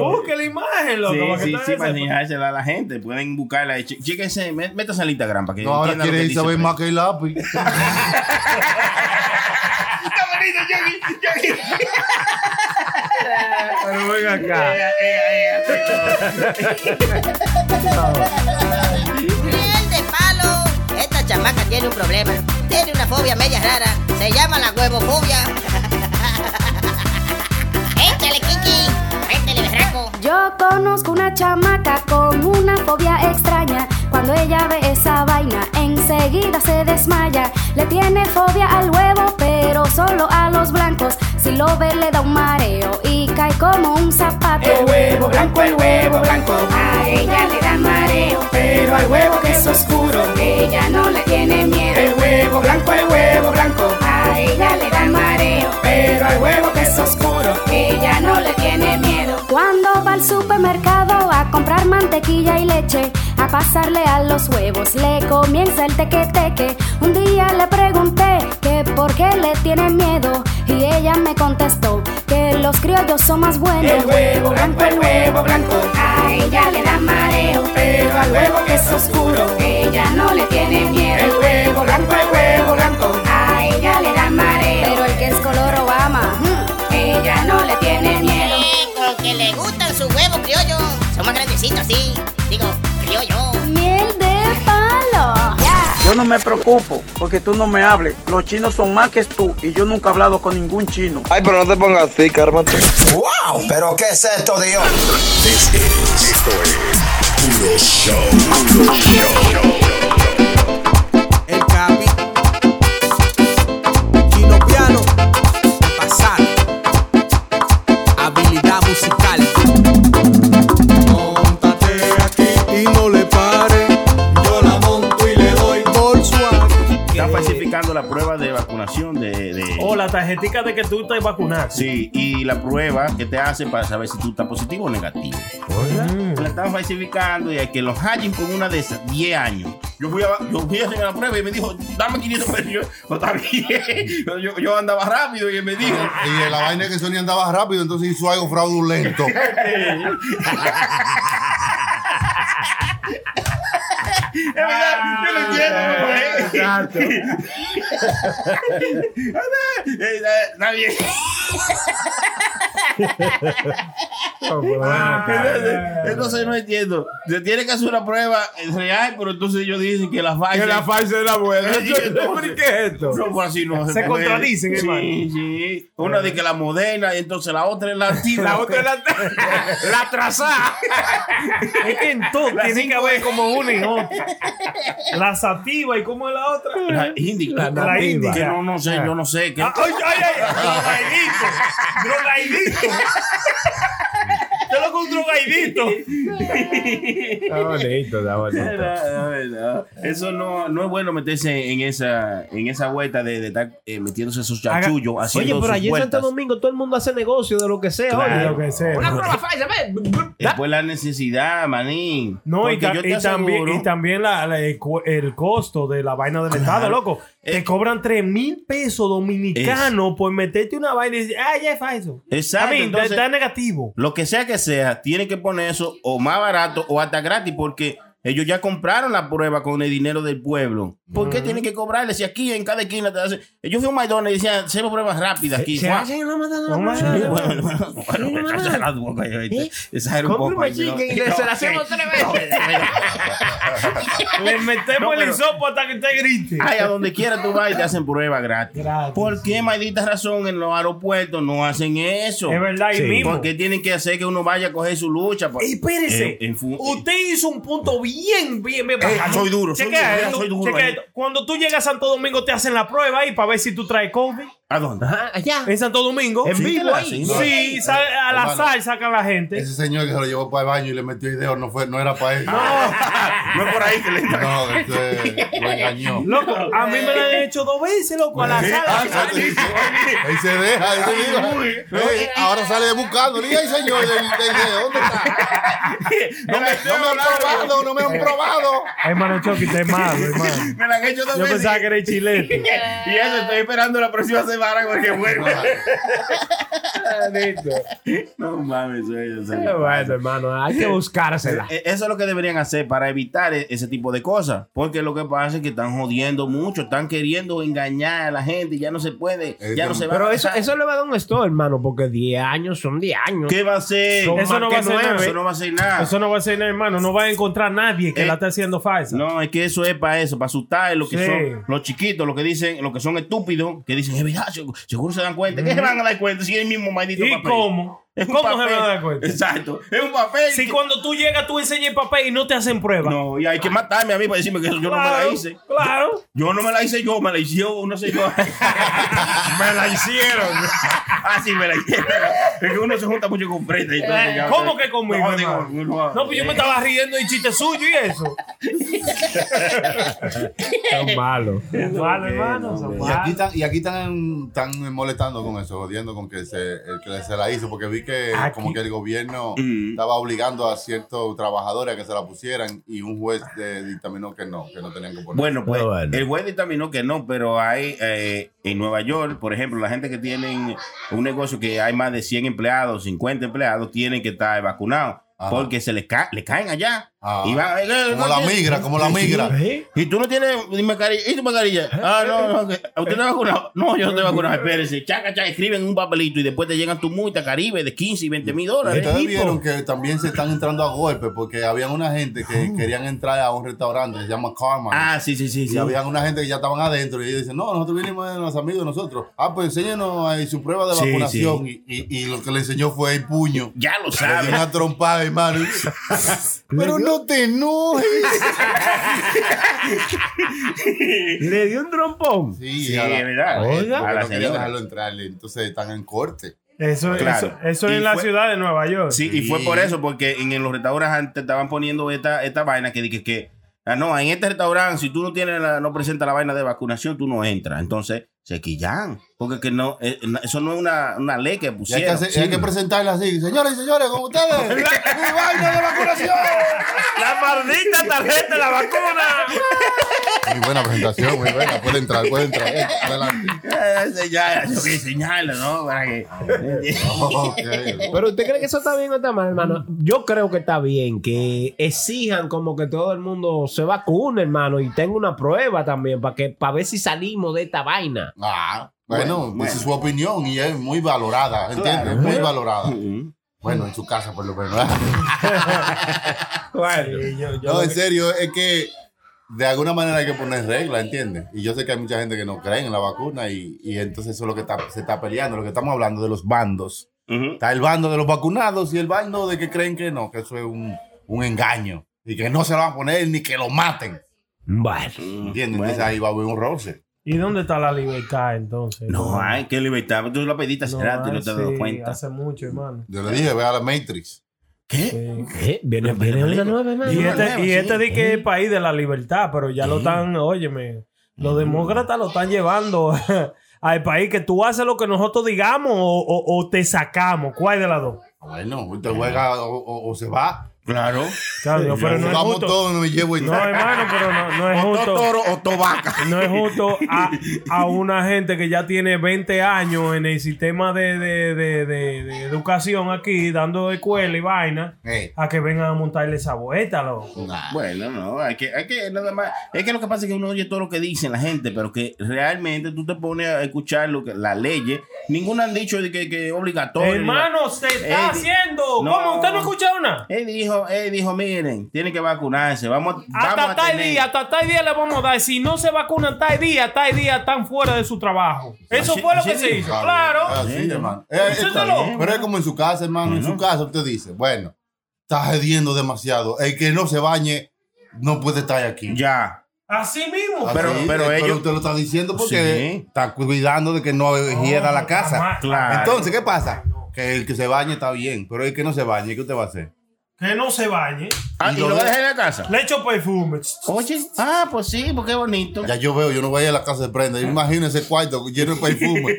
Speaker 4: Busque la imagen, loco.
Speaker 5: Sí,
Speaker 4: para que ustedes
Speaker 5: sí, sí, para
Speaker 4: sepan.
Speaker 5: enseñársela a la gente. Pueden buscarla. Ch- Chéquense, mé- métanse al Instagram para que
Speaker 1: No, ahora
Speaker 5: entiendan lo que
Speaker 1: quiere ir
Speaker 5: dice
Speaker 1: saber
Speaker 5: Fred.
Speaker 1: más que el lápiz.
Speaker 6: Pero ven acá.
Speaker 10: Miel de palo. Esta chamaca tiene un problema. Tiene una fobia media rara. Se llama la huevofobia. Échale, Kiki. Préndele, berraco.
Speaker 11: Yo conozco una chamaca con una fobia extraña. Cuando ella ve esa vaina, enseguida se desmaya. Le tiene fobia al huevo, pero solo a los blancos. Si lo ve, le da un mareo y cae como un zapato. El huevo blanco, el huevo blanco. A ella le da mareo, pero al huevo que es oscuro. Ella no le tiene miedo. El huevo blanco, el huevo blanco. A ella le da mareo, pero al huevo que es oscuro. Ella no le tiene miedo. Cuando va al supermercado a comprar mantequilla y leche, a pasarle a los huevos, le comienza el teque-teque. Un día le pregunté que por qué le tiene miedo y ella me contestó que los criollos son más buenos. El huevo blanco, el huevo blanco, a ella le da mareo, pero al huevo que es oscuro, ella no le tiene miedo. El huevo blanco, el huevo blanco, a ella le da mareo, pero el que es color Obama, mm, ella no le tiene miedo.
Speaker 10: Eh, con que le gustan sus huevos criollos. Son más grandecitos, sí. Digo, criollo.
Speaker 11: Miel de palo.
Speaker 9: Yo no me preocupo porque tú no me hables. Los chinos son más que tú y yo nunca he hablado con ningún chino.
Speaker 8: Ay, pero no te pongas así, cármate. ¡Wow! ¿Pero qué es esto, Dios?
Speaker 2: This is esto es puro show. Puro show.
Speaker 9: El Capi. Chino piano. Pasar. Habilidad musical. Montate aquí y no le pare. Yo la monto y le doy por suave.
Speaker 5: Están falsificando la prueba de vacunación de. de-
Speaker 4: O Oh, la tarjetita de que tú te vacunas.
Speaker 5: Sí, y la prueba que te hacen para saber si tú estás positivo o negativo. La están falsificando y hay que los hallen con una de esas 10 años. Yo fui, a, yo fui a hacer la prueba y me dijo, dame 500 pesos. Yo, "No, está bien". Yo- yo- yo andaba rápido y él me dijo,
Speaker 1: Y la vaina es que Sony andaba rápido, entonces hizo algo fraudulento.
Speaker 5: Es verdad, yo lo entiendo. Exacto. Está bien. Entonces, entonces no entiendo. Se tiene que hacer una prueba real, pero entonces ellos dicen que la falla.
Speaker 4: falsa de la abuela.
Speaker 5: ¿Qué
Speaker 4: es esto?
Speaker 5: No, pues así no
Speaker 4: Se
Speaker 5: puede.
Speaker 4: contradicen,
Speaker 5: sí,
Speaker 4: hermano.
Speaker 5: sí. Una de que la moderna y entonces la otra es la antigua.
Speaker 4: la, la trazada. Es que en todo
Speaker 5: La
Speaker 4: tiene que
Speaker 5: cinco
Speaker 4: haber
Speaker 5: es.
Speaker 4: como una y otra. La sativa y cómo es la otra.
Speaker 5: La índica.
Speaker 4: La índica.
Speaker 5: Que no, no sé, yo no sé. Que,
Speaker 4: Ah, ay, ay, ay, drogadicto, drogadicto. Yo lo que un chiquito.
Speaker 6: Está bonito, está bonito.
Speaker 5: No, no, no. Eso no, no es bueno meterse en esa, en esa vuelta de, de estar eh, metiéndose esos chachullos.
Speaker 6: Haga-
Speaker 5: haciendo
Speaker 6: Oye, pero
Speaker 5: sus
Speaker 6: allí en
Speaker 5: vueltas.
Speaker 6: Santo Domingo todo el mundo hace negocio de lo que sea.
Speaker 5: Claro.
Speaker 6: oye.
Speaker 5: Lo que sea.
Speaker 6: Una prueba
Speaker 5: falsa, ve. Después la necesidad, manín.
Speaker 4: No, y,
Speaker 5: Porque
Speaker 4: ta-
Speaker 5: yo te
Speaker 4: y también,
Speaker 5: aseguro-
Speaker 4: y también la- la- el, co- el costo de la vaina del Estado, loco.
Speaker 5: Eh,
Speaker 4: Te cobran 3 mil pesos dominicanos por meterte una vaina y decir, ah, ya es falso.
Speaker 5: Exacto,
Speaker 4: A mí,
Speaker 5: entonces-
Speaker 4: está negativo.
Speaker 5: Lo que sea que sea, tienen que poner eso o más barato o hasta gratis porque ellos ya compraron la prueba con el dinero del pueblo. ¿Por
Speaker 6: Mm.
Speaker 5: qué tienen que cobrarle si aquí en cada esquina te hacen? Yo fui a un McDonald's y decían, hacemos pruebas rápidas aquí.
Speaker 6: Se
Speaker 5: Guau.
Speaker 6: hacen una matada.
Speaker 5: No,
Speaker 6: una
Speaker 5: man.
Speaker 6: prueba.
Speaker 5: Bueno, bueno, bueno,
Speaker 6: Sí, no,
Speaker 5: muchacho,
Speaker 6: man.
Speaker 5: la boca, yo, ¿viste?
Speaker 6: ¿Eh?
Speaker 5: Exagera un
Speaker 6: Compre
Speaker 5: poco.
Speaker 6: una
Speaker 5: ahí, ¿no?
Speaker 6: chica y se la hacemos tres veces.
Speaker 4: Le metemos el
Speaker 5: pero-
Speaker 4: hisopo hasta que te grite.
Speaker 5: Ay, a donde quiera tú vas y te hacen pruebas gratis.
Speaker 4: Gratis,
Speaker 5: ¿Por qué, maldita razón, en los aeropuertos no hacen eso?
Speaker 4: Es verdad, ahí mismo.
Speaker 5: ¿Por qué tienen que hacer que uno vaya a coger su lucha? Por-
Speaker 4: Espérese.
Speaker 5: Eh, En- en fu-
Speaker 4: Usted hizo un punto bien, bien, bien.
Speaker 5: Eh,
Speaker 4: bacano.
Speaker 5: soy duro, soy
Speaker 4: Chequea
Speaker 5: duro, ya
Speaker 4: esto,
Speaker 5: soy duro
Speaker 4: chequea
Speaker 5: ahí.
Speaker 4: esto. Cuando tú llegas a Santo Domingo, te hacen la prueba ahí para ver si tú traes COVID.
Speaker 5: ¿A dónde?
Speaker 6: Allá.
Speaker 4: En Santo Domingo.
Speaker 5: En vivo
Speaker 4: Sí,
Speaker 5: ahí.
Speaker 4: Sí, sale al
Speaker 1: Hermano.
Speaker 4: azar sacan la gente.
Speaker 1: Ese señor que se lo llevó para el baño y le metió el dedo no, fue, no era para él.
Speaker 5: Ah. No es por ahí que le
Speaker 1: No, este, lo engañó.
Speaker 4: Loco, a mí me lo han hecho dos veces, loco, al
Speaker 1: Ah,
Speaker 4: azar.
Speaker 1: exacto, sí, sí. Ahí se deja, ahí se deja. Eh, ahora sale buscando. Diga, "Ay, señor, ¿de- de- de ¿dónde está? No me, no me han probado, no me han probado.
Speaker 4: Hermano Chucky, te malo, hermano.
Speaker 5: Me la han hecho dos
Speaker 4: Yo
Speaker 5: veces.
Speaker 4: pensaba que era el chilete.
Speaker 5: Y eso, estoy esperando la próxima semana porque vuelve. no mames, eso, eso.
Speaker 6: Eh, Bueno, hermano, hay que buscársela.
Speaker 5: Eh, Eso es lo que deberían hacer para evitar e- ese tipo de cosas. Porque lo que pasa es que están jodiendo mucho, están queriendo engañar a la gente, ya no se puede, ya no se va
Speaker 6: Pero
Speaker 5: a
Speaker 6: eso,
Speaker 5: pasar.
Speaker 6: eso le va a dar un stop, hermano, porque 10 años son 10 años.
Speaker 5: ¿Qué va a ser?
Speaker 4: Son más que nueve.
Speaker 5: Eso no va a ser nada.
Speaker 4: Eso no va a ser, hermano. No va a encontrar nadie que
Speaker 5: Eh,
Speaker 4: la esté haciendo falsa.
Speaker 5: No, es que eso es para eso, para asustar lo que
Speaker 4: Sí.
Speaker 5: son los chiquitos, los que dicen, los que son estúpidos, que dicen, es verdad, se- seguro se dan cuenta. ¿Qué se van a dar cuenta si es el mismo maldito
Speaker 4: ¿Y
Speaker 5: papel?
Speaker 4: cómo?
Speaker 5: Es un
Speaker 4: ¿Cómo
Speaker 5: papel.
Speaker 4: se van a dar cuenta?
Speaker 5: Exacto, es un papel.
Speaker 4: Si
Speaker 5: que-
Speaker 4: cuando tú llegas, tú enseñas el papel y no te hacen prueba.
Speaker 5: No, y hay que matarme a mí para decirme que eso yo no me la hice.
Speaker 4: Ah. Claro.
Speaker 5: Yo no me la hice yo, me la hicieron, no sé yo. me la hicieron. ah, sí, me la hicieron. Es que uno se junta mucho con prenda. entonces ya-
Speaker 4: Eh, ¿Cómo que conmigo,
Speaker 5: No, eh, digo,
Speaker 4: hermano?
Speaker 5: uno-
Speaker 4: No, pues yo me estaba riendo de chiste suyo y eso.
Speaker 6: Son malos.
Speaker 4: Vale, hermano. son
Speaker 1: Y aquí
Speaker 4: malos.
Speaker 1: están, y aquí están, están molestando con eso, jodiendo con que se, el que se la hizo, porque vi que
Speaker 4: Aquí.
Speaker 1: como que el gobierno
Speaker 5: Mm.
Speaker 1: estaba obligando a ciertos trabajadores a que se la pusieran y un juez eh, dictaminó que no, que no tenían que poner.
Speaker 5: Bueno, pues
Speaker 6: Ah, bueno.
Speaker 5: el juez dictaminó que no, pero hay eh, en Nueva York, por ejemplo, la gente que tienen un negocio que hay más de 100 empleados, 50 empleados, tienen que estar vacunados
Speaker 1: Ajá.
Speaker 5: porque se les ca- le caen allá.
Speaker 1: Ah.
Speaker 5: Y van, eh, eh,
Speaker 1: como
Speaker 5: no
Speaker 1: la
Speaker 5: tiene-
Speaker 1: migra, como la migra.
Speaker 6: ¿Eh?
Speaker 5: Y tú no tienes mi mascarilla. ¿Y tu mascarilla? Ah, no, no. que- ¿A usted está vacunado? No, yo no estoy vacunado. Espérese. Chaca, chaca, escriben un papelito y después te llegan tu multa caribe de 15 y 20 mil dólares.
Speaker 1: Ustedes vieron que también se están entrando a golpes porque había una gente que querían entrar a un restaurante que se llama Karma.
Speaker 5: Ah, sí, sí, sí.
Speaker 1: y
Speaker 5: sí.
Speaker 1: había una gente que ya estaban adentro y ellos dicen, no, nosotros vinimos de los amigos de nosotros. Ah, pues enséñenos ahí su prueba de
Speaker 5: Sí,
Speaker 1: vacunación. Y, y- y lo que le enseñó fue el puño.
Speaker 5: Ya lo
Speaker 1: Le dio
Speaker 5: sabes.
Speaker 1: una trompada, hermano. Pero no te enojes.
Speaker 6: Le dio un trompón.
Speaker 1: Sí,
Speaker 5: Sí,
Speaker 1: a la-
Speaker 5: es verdad.
Speaker 6: Oiga.
Speaker 5: a
Speaker 1: porque
Speaker 5: la
Speaker 1: no quería
Speaker 5: señora.
Speaker 1: dejarlo entrar. Entonces están en corte.
Speaker 4: Eso,
Speaker 5: Claro.
Speaker 4: eso, eso
Speaker 5: Y
Speaker 4: en la
Speaker 5: fue-
Speaker 4: ciudad de Nueva York.
Speaker 5: Sí, y fue
Speaker 1: Sí.
Speaker 5: por eso, porque en, en los restaurantes antes estaban poniendo esta, esta vaina que dije que, ah, no, en este restaurante, si tú no tienes la- no presentas la vaina de vacunación, tú no entras. Entonces, se quillan. Porque que no, eh, no, eso no es una, una ley que
Speaker 1: Y hay que,
Speaker 5: pusieron.
Speaker 1: hacer- hay que presentarla así. Señores y señores, con ustedes. ¡Mi vaina de vacunación!
Speaker 4: La maldita tarjeta de la vacuna.
Speaker 1: Muy buena presentación, muy buena. Puede entrar, puede entrar. Eh, Adelante.
Speaker 5: Eh, se- ya, yo que enseñarlo, ¿no? Para que-
Speaker 1: Ok.
Speaker 6: Pero ¿usted cree que eso está bien o está mal, hermano? Yo creo que está bien, que exijan como que todo el mundo se vacune, hermano, y tenga una prueba también para que para ver si salimos de esta vaina.
Speaker 1: Ah, bueno,
Speaker 5: Bueno, bueno.
Speaker 1: esa es su opinión y es muy valorada, ¿entiendes?
Speaker 5: Claro.
Speaker 1: Muy valorada.
Speaker 5: Ujú.
Speaker 1: Bueno, en su casa por lo menos. ¿eh?
Speaker 4: Sí, yo- yo-
Speaker 1: No, en serio, es que de alguna manera hay que poner reglas, ¿entiendes? Y yo sé que hay mucha gente que no cree en la vacuna y, y entonces eso es lo que está- se está peleando, lo que estamos hablando de los bandos.
Speaker 5: Ujú.
Speaker 1: Está el bando de los vacunados y el bando de que creen que no, que eso es un, un engaño y que no se lo van a poner ni que lo maten,
Speaker 6: Bueno.
Speaker 1: ¿entiendes?
Speaker 5: Bueno.
Speaker 1: Entonces ahí va a haber un roce.
Speaker 4: ¿Y dónde está la libertad entonces?
Speaker 5: No, ay, qué libertad. Tú la pediste hace
Speaker 4: No
Speaker 5: rato y no te
Speaker 4: hay,
Speaker 5: has dado
Speaker 4: sí, ah.
Speaker 5: cuenta.
Speaker 4: Hace mucho, hermano.
Speaker 1: Yo le dije, ve a la Matrix.
Speaker 5: ¿Qué?
Speaker 6: ¿Qué? ¿Eh? Viene, viene una nueva, hermano.
Speaker 4: Y este, y
Speaker 6: Sí.
Speaker 4: este di que es el país de la libertad, pero ya lo están, óyeme, los demócratas lo están llevando al país que tú haces lo que nosotros digamos o, o- o te sacamos. ¿Cuál de las dos?
Speaker 1: Bueno, usted juega o, o- o se va.
Speaker 5: Claro.
Speaker 4: Claro, pero no es
Speaker 1: Jugamos
Speaker 4: justo.
Speaker 1: todos, me llevo y
Speaker 4: No, hermano, pero no, no es
Speaker 1: O to
Speaker 4: justo.
Speaker 1: toro o to vaca.
Speaker 4: No es justo a, a una gente que ya tiene 20 años en el sistema de, de- de- de- de educación aquí, dando escuela y vaina,
Speaker 5: Eh.
Speaker 4: a que vengan a montarle esa vuelta, loco.
Speaker 5: Bueno, no, hay que, hay que nada más. Es que lo que pasa es que uno oye todo lo que dicen la gente, pero que realmente tú te pones a escuchar lo que, las leyes. Ninguna han dicho de que, que es obligatorio.
Speaker 4: Hermano, se está
Speaker 5: Ey,
Speaker 4: haciendo.
Speaker 5: no.
Speaker 4: ¿Cómo? ¿Usted no escucha una?
Speaker 5: Él dijo, él dijo, miren, tienen que vacunarse. Vamos, vamos
Speaker 4: Hasta
Speaker 5: a
Speaker 4: tal
Speaker 5: tener-
Speaker 4: día, hasta tal día le vamos a dar. Si no se vacunan tal día, tal día están fuera de su trabajo. Eso
Speaker 1: Así-
Speaker 4: fue lo
Speaker 1: así
Speaker 4: que se
Speaker 1: mismo.
Speaker 4: hizo.
Speaker 5: Ah.
Speaker 4: Claro.
Speaker 1: Así, hermano. Eh,
Speaker 4: Eso
Speaker 1: está
Speaker 4: es lo-
Speaker 1: bien, pero es como en su casa, hermano. En su casa usted dice, bueno, está jediendo demasiado. El que no se bañe no puede estar aquí.
Speaker 5: Ya.
Speaker 4: Así mismo.
Speaker 1: Pero,
Speaker 5: Pero- pero
Speaker 1: Eh, pero,
Speaker 5: ellos-
Speaker 1: usted lo está diciendo porque
Speaker 5: Sí.
Speaker 1: está cuidando de que no hiera la casa.
Speaker 4: jamás.
Speaker 5: Claro.
Speaker 1: Entonces, ¿qué pasa? Que el que se bañe está bien, pero el que no se bañe, ¿qué usted va a hacer?
Speaker 4: Que no se bañe.
Speaker 5: Ah, ¿Y lo deja en la casa?
Speaker 4: Le echo perfume.
Speaker 5: Oye, ah, pues sí, porque es bonito.
Speaker 1: Ya yo veo, yo no voy a ir a la casa de prenda. Imagínese ese cuarto lleno de perfume.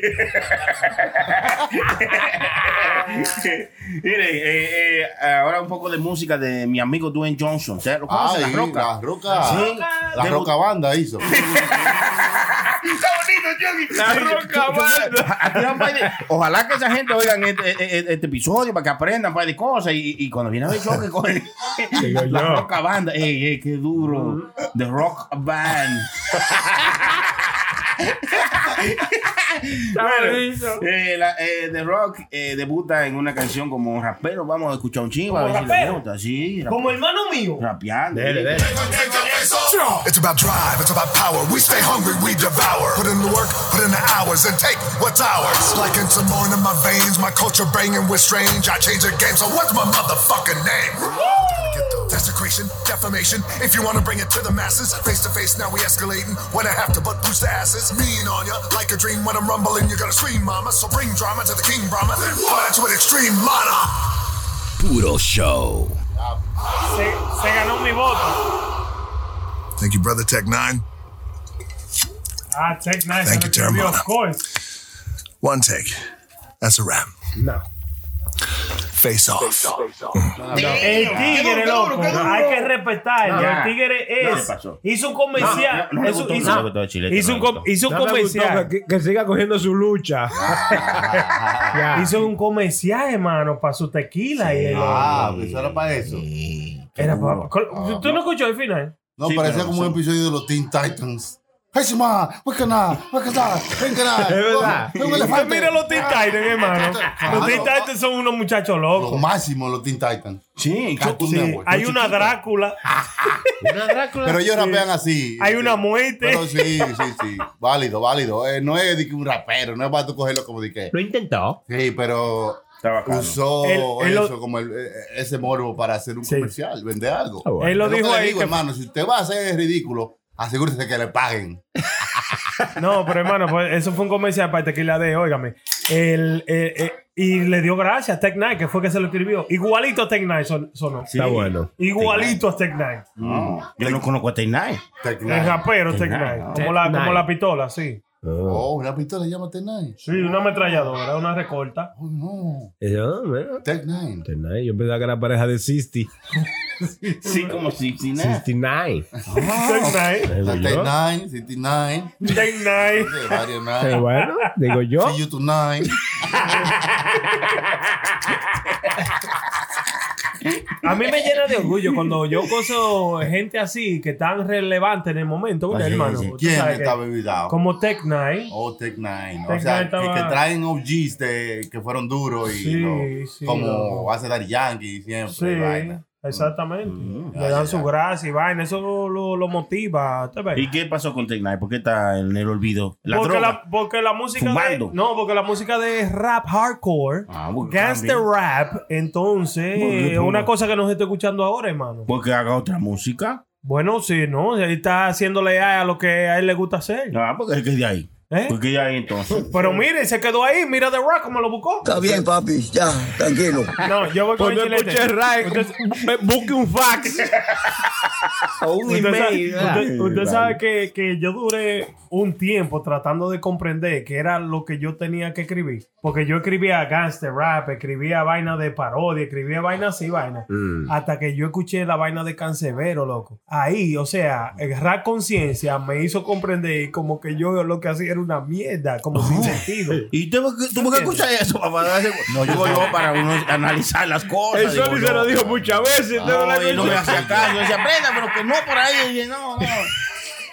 Speaker 4: Ah.
Speaker 5: Miren, eh, eh, ahora un poco de música de mi amigo Dwayne Johnson. ¿Ustedes lo conocen?
Speaker 1: Ay,
Speaker 5: la roca.
Speaker 1: La roca.
Speaker 5: Sí.
Speaker 1: La roca banda hizo.
Speaker 5: La Roca Banda. Aquí dan par de- Ojalá que esa gente oigan este, este- este episodio para que aprendan un par de cosas. Y, y cuando viene a ver yo que cogen la
Speaker 4: yo.
Speaker 5: Roca Banda. Ey, ey, qué duro. The Rock Band.
Speaker 4: Bueno,
Speaker 5: Eh, la- eh, The Rock eh, debuta en una canción como rapero. Vamos a escuchar un chingo. A
Speaker 4: ¿Como
Speaker 5: ver si le
Speaker 4: rapero?
Speaker 5: gusta. Sí, rap-
Speaker 4: Como hermano mío.
Speaker 1: Ah.
Speaker 5: rapeando.
Speaker 2: It's about drive, it's about power. We stay hungry, we devour. Put in the work, put in the hours, and take what's ours. Like in Samoan in my veins, my culture banging with strange. I change the game, so what's my motherfucking name? Desecration, defamation. If you wanna bring it to the masses, face to face, now we escalating. When I have to butt boost the asses, mean on ya, like a dream. When I'm rumbling, you're gonna scream, mama. So bring drama to the king, Brahma. Fight with extreme mana.
Speaker 12: Puro Show.
Speaker 4: Se, se ganó mi voto.
Speaker 2: Thank you, brother Tech Nine.
Speaker 4: Ah, Tech Nice.
Speaker 2: Thank you, Terramana.
Speaker 4: Of course.
Speaker 2: One take. That's a wrap.
Speaker 6: No.
Speaker 2: Face off.
Speaker 4: El tigre, loco. Hay que respetarlo.
Speaker 5: No,
Speaker 4: El tigre
Speaker 5: no,
Speaker 4: es.
Speaker 5: le pasó.
Speaker 4: Hizo un comercial.
Speaker 5: No, no, no le
Speaker 4: Eso-
Speaker 5: gustó,
Speaker 4: hizo-
Speaker 5: no le gustó el chilete,
Speaker 4: hizo
Speaker 5: no
Speaker 4: un
Speaker 5: le
Speaker 4: com-
Speaker 5: gustó.
Speaker 4: Hizo un
Speaker 6: No me gustó,
Speaker 4: comercial.
Speaker 6: que, que siga cogiendo su lucha.
Speaker 5: Ah.
Speaker 6: Ya.
Speaker 4: Hizo un comercial, hermano, para su tequila y el
Speaker 1: Ah, pues eso era para eso.
Speaker 4: Era pa- Col- ¿Tú no escuchó el final?
Speaker 1: No,
Speaker 5: Ah. Sí,
Speaker 1: parecía
Speaker 5: pero
Speaker 1: como un
Speaker 5: son-
Speaker 1: episodio de los Teen Titans. ¡Hey, Shema! ¡Wakana! ¡Wakana! ¡Wakana!
Speaker 6: Es verdad.
Speaker 1: uh,
Speaker 4: Usted mira los Teen Titans, hermano. Ah. Los Teen Titans son unos muchachos
Speaker 1: Ah, Lo
Speaker 4: locos.
Speaker 1: máximo, los Teen Titans.
Speaker 5: Sí,
Speaker 1: Cartoon
Speaker 4: Sí,
Speaker 1: Network.
Speaker 4: hay
Speaker 1: Yo
Speaker 4: una
Speaker 1: chiquito.
Speaker 4: Drácula,
Speaker 6: Una Drácula.
Speaker 1: Pero ellos rapean así.
Speaker 4: hay una
Speaker 1: Pero
Speaker 4: muerte.
Speaker 1: sí, sí, sí. Válido, válido. Eh, no es de que un rapero, no es para tú cogerlo como de que.
Speaker 6: Lo intentó.
Speaker 1: Sí, pero
Speaker 5: Está bacano.
Speaker 1: usó
Speaker 4: Él- él lo-
Speaker 1: eso como el- eh, ese morbo para hacer un
Speaker 4: Sí.
Speaker 1: comercial, vender algo.
Speaker 6: Ah, bueno.
Speaker 4: Él lo
Speaker 1: Es que
Speaker 4: dijo
Speaker 1: le
Speaker 4: ahí.
Speaker 1: digo,
Speaker 4: que-
Speaker 1: hermano, si usted va a hacer ridículo, asegúrese que le paguen.
Speaker 4: No, pero hermano, pues eso fue un comercial para tequila de, óigame. El, eh, eh, y le dio gracias a Tech Nine, que fue que se lo escribió. Igualito a Tech Nine son- sonó.
Speaker 6: Está bueno.
Speaker 4: Igualito a Tech Nine.
Speaker 5: No, yo no conozco a Tecnay.
Speaker 4: El rapero Tech
Speaker 5: Tech Nine,
Speaker 4: Nine.
Speaker 5: ¿no?
Speaker 4: Como, la,
Speaker 6: Tech
Speaker 4: como
Speaker 6: Nine.
Speaker 4: la pistola, sí.
Speaker 1: Oh, una pistola, llama Tech Nine.
Speaker 4: Sí, una ametralladora, una recorta.
Speaker 1: Oh, no.
Speaker 6: Y yo, bueno,
Speaker 1: Tech Nine.
Speaker 6: 69. Yo pensaba que era pareja de 60.
Speaker 5: Sí, como si, si nada.
Speaker 6: 69.
Speaker 4: Tech Nine.
Speaker 6: Digo
Speaker 1: Tech
Speaker 6: yo.
Speaker 1: Nine, City Nine,
Speaker 4: Tech Nine.
Speaker 1: de varios
Speaker 6: Eh,
Speaker 1: Nine.
Speaker 6: bueno, digo yo.
Speaker 1: See you tonight.
Speaker 4: A mí me llena de orgullo cuando yo coso gente así que tan relevante en el momento, ¿verdad,
Speaker 5: Así es,
Speaker 4: hermano?
Speaker 5: sí.
Speaker 4: Tú
Speaker 1: ¿Quién
Speaker 4: sabes
Speaker 1: está
Speaker 4: que-
Speaker 1: bebido?
Speaker 4: Como Tech Nine.
Speaker 1: Oh, Tech Nine.
Speaker 4: Tech
Speaker 1: o sea,
Speaker 4: Nine
Speaker 1: que,
Speaker 4: estaba-
Speaker 1: que traen OGs de- que fueron duros y
Speaker 4: Sí,
Speaker 1: lo-
Speaker 4: sí,
Speaker 1: como
Speaker 4: loco.
Speaker 1: hace Dar Yankee siempre.
Speaker 4: Sí,
Speaker 1: vaina.
Speaker 4: exactamente.
Speaker 1: Mm,
Speaker 4: Le
Speaker 1: ya,
Speaker 4: dan
Speaker 1: ya,
Speaker 4: su
Speaker 1: ya.
Speaker 4: gracia y vaina. Eso lo, lo- lo motiva. ¿te ves?
Speaker 5: ¿Y qué pasó con Tecnay? ¿Por qué está en el olvido? La
Speaker 4: porque,
Speaker 5: droga.
Speaker 4: la, porque la música
Speaker 5: Fumando.
Speaker 4: de, no porque la música de rap hardcore
Speaker 5: Ah, porque
Speaker 4: gangster
Speaker 5: también.
Speaker 4: rap entonces
Speaker 5: Porque,
Speaker 4: es una
Speaker 5: pero-
Speaker 4: cosa que no se está escuchando ahora hermano
Speaker 5: Porque haga otra música.
Speaker 4: bueno sí no él está haciéndole a lo que a él le gusta hacer ¿eh?
Speaker 5: Ah, porque es que es de ahí. Porque ya ahí entonces.
Speaker 4: Pero mire, se quedó ahí. Mira The Rock cómo lo buscó.
Speaker 5: Está bien,
Speaker 4: papi. Ya, tranquilo. No, yo voy con
Speaker 5: Pues no
Speaker 4: el chilete.
Speaker 5: escuché Ray.
Speaker 4: Usted- bu- Busque un fax.
Speaker 6: o un
Speaker 4: Usted
Speaker 6: email.
Speaker 4: sabe, usted-
Speaker 6: ¿verdad?
Speaker 4: usted sabe que, que yo duré un tiempo tratando de comprender qué era lo que yo tenía que escribir. Porque yo escribía gangster rap, escribía vaina de parodia, escribía vaina así, vaina.
Speaker 6: Mm.
Speaker 4: Hasta que yo escuché la vaina de Cancerbero, loco. Ahí, o sea, el rap conciencia me hizo comprender como que yo lo que hacía era una mierda, como
Speaker 6: Oh.
Speaker 4: sin sentido.
Speaker 5: Y tú, tú que escuchar eso, papá. No, yo yo para uno analizar las cosas.
Speaker 4: El Sony se lo dijo
Speaker 5: muchas veces.
Speaker 4: usted no le
Speaker 5: y no me
Speaker 4: escuchó.
Speaker 5: hacía caso. Yo decía, prenda, pero que no por ahí. Y yo, no, no.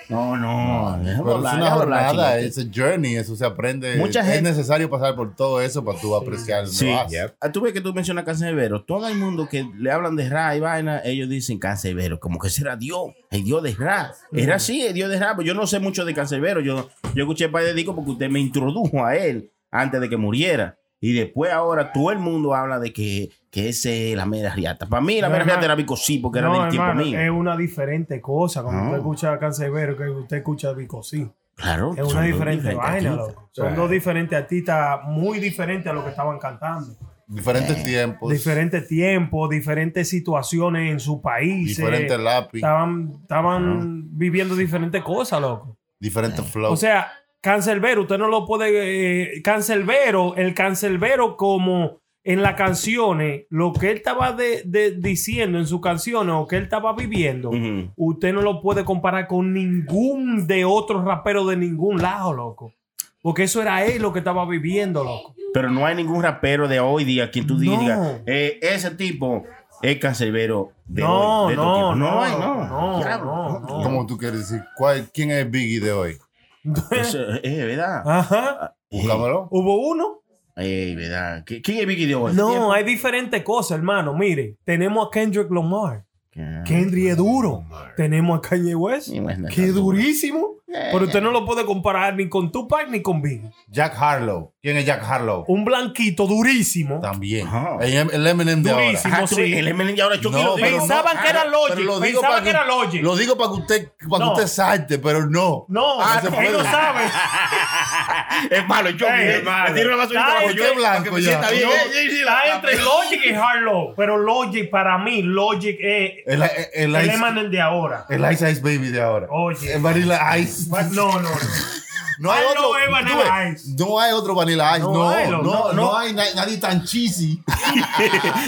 Speaker 5: No, no.
Speaker 1: Pero es
Speaker 5: hablar,
Speaker 1: una
Speaker 5: déjalo hablar,
Speaker 1: jornada,
Speaker 5: chilete.
Speaker 1: es a journey, eso se aprende.
Speaker 5: Mucha gente-
Speaker 1: Es necesario pasar por todo eso para tú apreciar lo
Speaker 5: Sí.
Speaker 1: que haces.
Speaker 5: Ah, Tú ves que tú mencionas Cancerbero. Todo el mundo que le hablan de Ra y vaina, ellos dicen Cancerbero, como que será Dios, el Dios de Ra. Era así, el Dios de Ra, pero yo no sé mucho de Cancerbero. Yo, yo escuché el de Dico porque usted me introdujo a él antes de que muriera. Y después ahora todo el mundo habla de que, que ese es la mera riata. Para mí la mera
Speaker 4: Ajá.
Speaker 5: riata era Vico sí, porque era
Speaker 4: No,
Speaker 5: del tiempo
Speaker 4: hermano,
Speaker 5: mío.
Speaker 4: Es una diferente cosa cuando
Speaker 5: No.
Speaker 4: usted escucha a Canserbero que usted escucha a Vicosí.
Speaker 5: Claro.
Speaker 4: Es
Speaker 5: son
Speaker 4: una
Speaker 5: dos
Speaker 4: diferente
Speaker 5: diferentes
Speaker 4: vaina,
Speaker 5: artistas.
Speaker 4: loco. Son
Speaker 5: Claro.
Speaker 4: dos diferentes artistas muy diferentes a lo que estaban cantando.
Speaker 1: Diferentes
Speaker 5: Eh. Pues-
Speaker 1: tiempos.
Speaker 4: Diferentes tiempos, diferentes situaciones en su país. eh,
Speaker 1: Diferentes lápiz.
Speaker 4: Estaban, estaban viviendo diferentes cosas, loco.
Speaker 5: Eh.
Speaker 1: Diferentes flows.
Speaker 4: O sea, Cancelbero, usted no lo puede. eh, Cancelbero, el Cancelbero, como en las canciones, lo que él estaba de- de- diciendo en sus canciones o que él estaba viviendo, usted no lo puede comparar con ningún de otros raperos de ningún lado, loco. Porque eso era él lo que estaba viviendo, loco.
Speaker 5: Pero no hay ningún rapero de hoy día quien tú
Speaker 4: No.
Speaker 5: digas, eh, ese tipo es cancerbero de
Speaker 4: No,
Speaker 5: hoy. de
Speaker 4: no,
Speaker 5: otro tipo.
Speaker 4: no,
Speaker 5: hay, no.
Speaker 4: no, no, no.
Speaker 1: ¿Cómo tú quieres decir? ¿Cuál- ¿Quién es Biggie de hoy?
Speaker 5: Eso es es verdad.
Speaker 4: Ajá.
Speaker 1: Búscamelo.
Speaker 4: Hubo uno.
Speaker 5: Eh, verdad. ¿Qui- ¿Quién es Biggie de hoy?
Speaker 4: No, hay diferentes cosas, hermano. Mire, tenemos a Kendrick Lamar. Kendrick es duro. Tenemos a Kanye West. Que es durísimo. Pero usted no lo puede comparar ni con Tupac ni con Biggie.
Speaker 1: Jack Harlow. ¿Quién es Jack Harlow?
Speaker 4: Un blanquito durísimo.
Speaker 1: También. El Em- el Eminem de
Speaker 5: Ah,
Speaker 4: Durísimo,
Speaker 1: ahora.
Speaker 4: Ajá, Ah, tú sí. ves, el ah, Eminem de ahora, Chucky, lo digo.
Speaker 1: pero
Speaker 4: Pensaban que era
Speaker 1: pero
Speaker 4: Logic,
Speaker 1: lo digo
Speaker 4: pensaban
Speaker 1: para
Speaker 4: que era Logic.
Speaker 1: Lo digo para que usted, para
Speaker 4: No.
Speaker 1: que usted salte, pero no.
Speaker 4: No,
Speaker 1: Ah,
Speaker 4: él
Speaker 1: se puede.
Speaker 4: no sabe.
Speaker 5: Es malo, yo
Speaker 4: Ey,
Speaker 5: eh,
Speaker 4: es malo.
Speaker 5: le tiro una basurita
Speaker 4: Está
Speaker 5: abajo,
Speaker 4: entre-
Speaker 5: yo, para
Speaker 1: blanco
Speaker 5: que me
Speaker 1: ya.
Speaker 5: sienta bien.
Speaker 4: No,
Speaker 5: Eh, sí, sí, la-
Speaker 4: está
Speaker 5: la-
Speaker 4: entre Logic y Harlow. Pero Logic, para mí, Logic es
Speaker 1: El-
Speaker 4: el,
Speaker 1: el- el Ice-
Speaker 4: Eminem de ahora.
Speaker 1: El Ice Ice Baby de ahora.
Speaker 4: Oye.
Speaker 1: El Vanilla Ice.
Speaker 4: No, no, no.
Speaker 1: No hay
Speaker 4: Ay,
Speaker 1: otro.
Speaker 4: no, es
Speaker 1: tú
Speaker 4: Vanilla
Speaker 1: ves, No hay otro Vanilla Ice.
Speaker 4: No
Speaker 1: No, no,
Speaker 4: hay,
Speaker 1: no,
Speaker 4: no, no, no.
Speaker 1: hay na- nadie tan cheesy.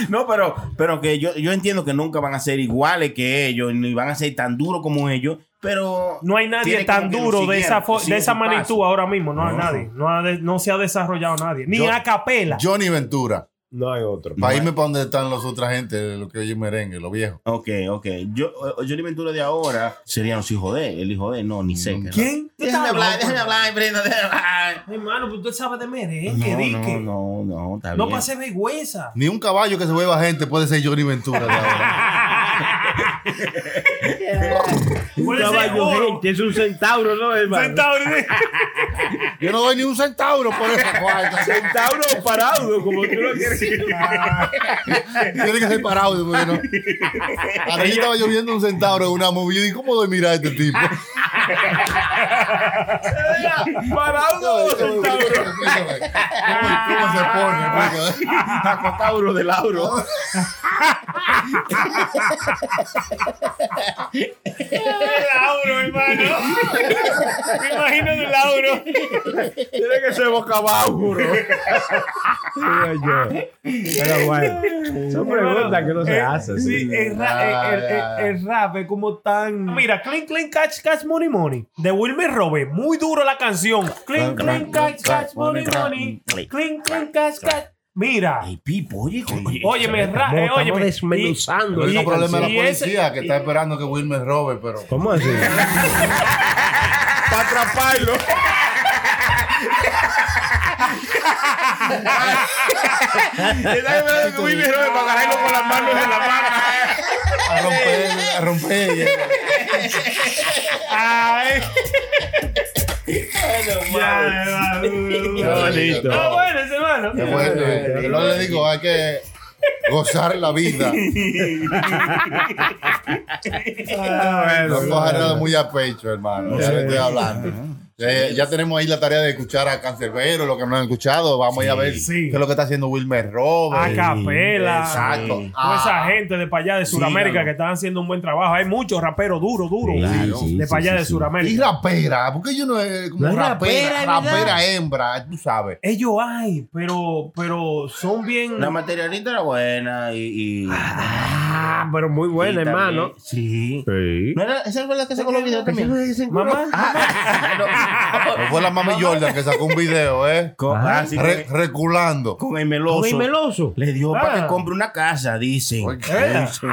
Speaker 5: no, pero, pero que yo, yo entiendo que nunca van a ser iguales que ellos, ni van a ser tan duros como ellos, pero.
Speaker 4: No hay nadie
Speaker 5: tiene
Speaker 4: tan
Speaker 5: como que
Speaker 4: duro de
Speaker 5: siguieron,
Speaker 4: esa, fo- de
Speaker 5: siguen
Speaker 4: esa
Speaker 5: su paso.
Speaker 4: magnitud ahora mismo. No, hay
Speaker 5: No.
Speaker 4: nadie. No, ha de- no se ha desarrollado nadie. Ni
Speaker 1: Yo-
Speaker 4: a capela.
Speaker 1: Johnny Ventura.
Speaker 6: No hay otro.
Speaker 1: Para irme para donde están los otras gente, lo que oye merengue, los viejos.
Speaker 5: Ok, ok. Yo, eh, Johnny Ventura de ahora serían los hijos de él, el hijo de él, no, ni sé. ¿verdad?
Speaker 4: ¿Quién?
Speaker 5: Déjame hablar, déjame hablar, Brenda, déjame hablar.
Speaker 4: Hermano, pues usted sabe de merengue,
Speaker 5: No,
Speaker 4: dique. No,
Speaker 5: no, no, no, está bien.
Speaker 4: pase vergüenza.
Speaker 1: Ni un caballo que se vuelva gente puede ser Johnny Ventura de ahora.
Speaker 6: Un
Speaker 4: Puede ser
Speaker 6: caballo
Speaker 4: oro.
Speaker 6: gente, es un centauro, ¿no, hermano?
Speaker 4: Centauro.
Speaker 1: Yo no doy ni un centauro por esa cuarta.
Speaker 6: Centauro parado, como tú lo quieres.
Speaker 1: Tiene que ser parado, porque no. Anoche estaba lloviendo un centauro en una movida. ¿Y cómo doy mirar a este tipo?
Speaker 6: parado,
Speaker 1: ¿Cómo
Speaker 6: centauro.
Speaker 1: se pone? explícame?
Speaker 6: Acotauro de Lauro.
Speaker 4: Lauro, hermano. Me imagino de Lauro.
Speaker 6: Tiene que ser boca abajo, bro. Digo yo. Pero bueno, son preguntas que no se
Speaker 4: Eh,
Speaker 6: hacen.
Speaker 4: Sí,
Speaker 6: sí.
Speaker 4: el, ra- el- el-
Speaker 1: ya, ya.
Speaker 4: el- el rap es como tan. Mira, Clean Clean Catch Catch Money Money de Wilmer Robert. Muy duro la canción. Clean Clean Catch Catch Money Money. Clean Clean Catch Catch. Mira.
Speaker 5: Ay, Pipo, oye, oye.
Speaker 4: Óyeme, rap.
Speaker 6: Estamos-
Speaker 4: eh,
Speaker 6: estamos
Speaker 4: óyeme.
Speaker 1: El
Speaker 6: desmenuzando.
Speaker 1: único
Speaker 6: esa
Speaker 1: problema es
Speaker 6: canción.
Speaker 1: la
Speaker 4: y ese-
Speaker 1: policía que está esperando que Wilmer robe, pero.
Speaker 6: ¿Cómo así?
Speaker 5: Para atraparlo.
Speaker 1: que Wilmer robe para agarrarlo con las manos en la mano. A romper, a romper.
Speaker 4: Ay. Ya,
Speaker 1: Qué bonito.
Speaker 4: No, Ah, bueno, ese hermano.
Speaker 1: Qué bueno, eh. Yo le digo, hay que gozar la vida.
Speaker 4: Ah, bueno. Ah,
Speaker 1: eh. No coja nada muy a pecho, hermano. Ya le estoy hablando. Eh, ya tenemos ahí la tarea de escuchar a Cancerbero, lo que no han escuchado. Vamos a ir a ver qué es lo que está haciendo Wilmer
Speaker 4: A
Speaker 1: Roberts.
Speaker 4: capela.
Speaker 1: Exacto.
Speaker 4: Toda
Speaker 1: Ah,
Speaker 4: esa gente de para allá de Sudamérica que están haciendo un buen trabajo. Hay muchos raperos duros, duros. de para allá de Sudamérica.
Speaker 1: Y rapera, porque yo no es como
Speaker 4: No es
Speaker 1: rapera,
Speaker 4: rapera,
Speaker 1: rapera,
Speaker 4: ¿verdad?
Speaker 1: hembra, tú sabes.
Speaker 4: Ellos hay, pero, pero son bien.
Speaker 5: La materialista era buena y.
Speaker 6: Ah, pero muy buena, hermano.
Speaker 5: Sí.
Speaker 6: Sí.
Speaker 5: ¿No era, ¿Esa fue la que sacó los videos también?
Speaker 6: Mamá,
Speaker 1: Ah, No fue la mami Jordan que sacó un video, ¿eh?
Speaker 5: ah, sí,
Speaker 1: Re- reculando.
Speaker 5: Con el meloso.
Speaker 6: Con el meloso.
Speaker 5: Le dio para
Speaker 6: Ah.
Speaker 5: que compre una casa, dicen.
Speaker 6: ¿Qué?
Speaker 5: Sí.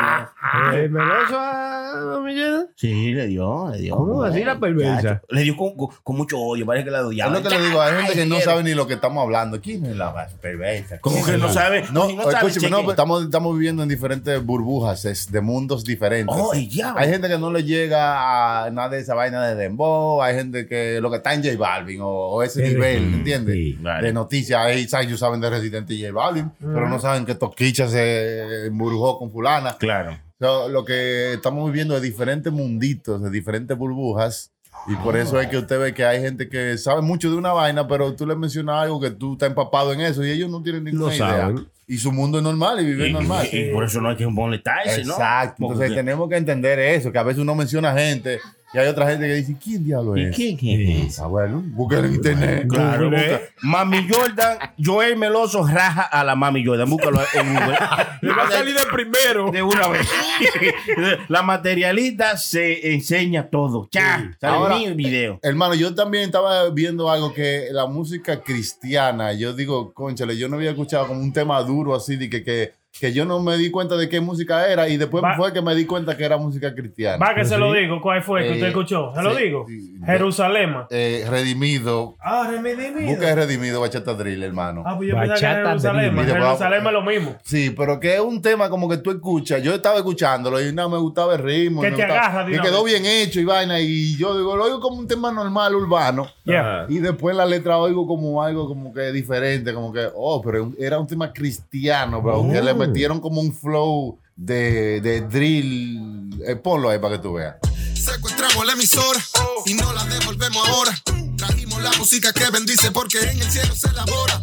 Speaker 6: El meloso a Millena.
Speaker 5: Sí, le dio, le dio.
Speaker 6: ¿Cómo así la perversa?
Speaker 5: Chacho, Le dio con, con- con mucho odio, parece que la
Speaker 1: Es
Speaker 5: odiaba.
Speaker 1: lo que le digo, hay gente que no sabe ni lo que estamos hablando. ¿Quién es la más perversa?
Speaker 5: Como
Speaker 1: ¿Quién
Speaker 5: que
Speaker 1: es
Speaker 5: no
Speaker 1: la-
Speaker 5: sabe.
Speaker 1: No,
Speaker 5: Si no sabe,
Speaker 1: escúcheme, no,
Speaker 5: chequen.
Speaker 1: pero estamos, estamos viviendo en diferentes burbujas es de mundos diferentes.
Speaker 5: Oh, y ya.
Speaker 1: Hay gente que no le llega a nada de esa vaina de Dembow, hay gente que lo que está en J Balvin o, o ese nivel, ¿entiendes? De noticias, ahí sa- ellos saben de Residente y J Balvin, pero
Speaker 5: Mm.
Speaker 1: no saben que Toquicha se embrujó con fulana.
Speaker 5: Claro.
Speaker 1: So, lo que estamos viviendo es diferentes munditos, de diferentes burbujas. Y por
Speaker 5: Ah.
Speaker 1: eso es que usted ve que hay gente que sabe mucho de una vaina, pero tú le mencionas algo que tú estás empapado en eso y ellos no tienen ninguna
Speaker 5: No
Speaker 1: idea.
Speaker 5: saben.
Speaker 1: Y su mundo es normal y vive
Speaker 5: Y-
Speaker 1: normal.
Speaker 5: Y, y por eso no hay que molestarse, ¿no?
Speaker 1: Exacto. Entonces
Speaker 5: Porque-
Speaker 1: tenemos que entender eso, que a veces uno menciona gente y hay otra gente que dice, ¿quién diablo
Speaker 5: ¿Y
Speaker 1: es?
Speaker 5: quién es?
Speaker 1: Ah, bueno, busca en internet.
Speaker 5: Claro,
Speaker 1: Google,
Speaker 5: busca. Mami Jordan, Joel Meloso raja a la Mami Jordan. Búscalo en Google. Le
Speaker 1: Ah,
Speaker 5: va a salir de primero. De una vez. la materialista se enseña todo. Ya, sale
Speaker 1: Ahora,
Speaker 5: mi video.
Speaker 1: Hermano, yo también estaba viendo algo que la música cristiana, yo digo, conchale, yo no había escuchado como un tema duro así, de que, que, que yo no me di cuenta de qué música era y después
Speaker 4: Va-
Speaker 1: fue que me di cuenta que era música cristiana.
Speaker 4: Va que se lo digo. ¿Cuál fue que
Speaker 1: Eh,
Speaker 4: usted escuchó? Se lo
Speaker 1: sí,
Speaker 4: digo.
Speaker 1: sí, de-
Speaker 4: Jerusalema.
Speaker 1: Eh, redimido.
Speaker 4: Ah, remedimido.
Speaker 1: Busca Redimido Bachata Drill, hermano.
Speaker 4: Ah, pues yo pensaba que era
Speaker 1: Bachata
Speaker 4: Jerusalema.
Speaker 1: Drill.
Speaker 4: Jerusalema es lo mismo.
Speaker 1: Sí, pero que es un tema como que tú escuchas. Yo estaba escuchándolo y nada, me gustaba el ritmo.
Speaker 4: Que
Speaker 1: me
Speaker 4: te
Speaker 1: gustaba-
Speaker 4: agarra de
Speaker 1: Y
Speaker 4: una
Speaker 1: quedó
Speaker 4: vez.
Speaker 1: bien hecho y vaina. Y yo digo, lo oigo como un tema normal, urbano.
Speaker 4: Yeah.
Speaker 1: Y después la letra oigo como algo como que diferente. Como que, oh, pero era un tema cristiano, bro. Que
Speaker 6: Oh.
Speaker 1: le metieron como un flow de, de drill. Eh, ponlo ahí para que tú veas.
Speaker 2: Secuestramos la emisora y no la devolvemos ahora. Trajimos la música que bendice porque en el cielo se elabora.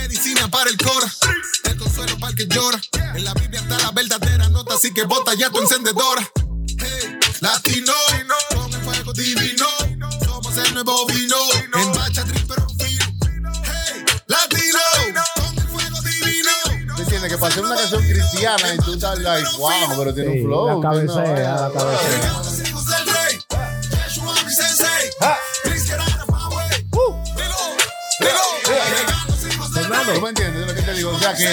Speaker 2: Medicina para el cora, el consuelo para el que llora. En la Biblia está la verdadera nota, así que bota ya tu encendedora. Hey, latino, con el fuego divino. Somos el nuevo vino, en bacha pero fino. Hey, latino, con el fuego divino.
Speaker 1: ¿Me entiendes? Que para hacer una canción cristiana y tú estás like, wow, pero tiene un flow.
Speaker 6: la
Speaker 1: tiene una
Speaker 6: cabecera,
Speaker 1: vaina,
Speaker 6: la
Speaker 1: wow.
Speaker 6: cabecera.
Speaker 2: Hijos del rey, Yeshua mi sensei. Please get out of my way. Dilo, dilo.
Speaker 1: Hermano, ¿tú me entiendes lo que te digo? O sea que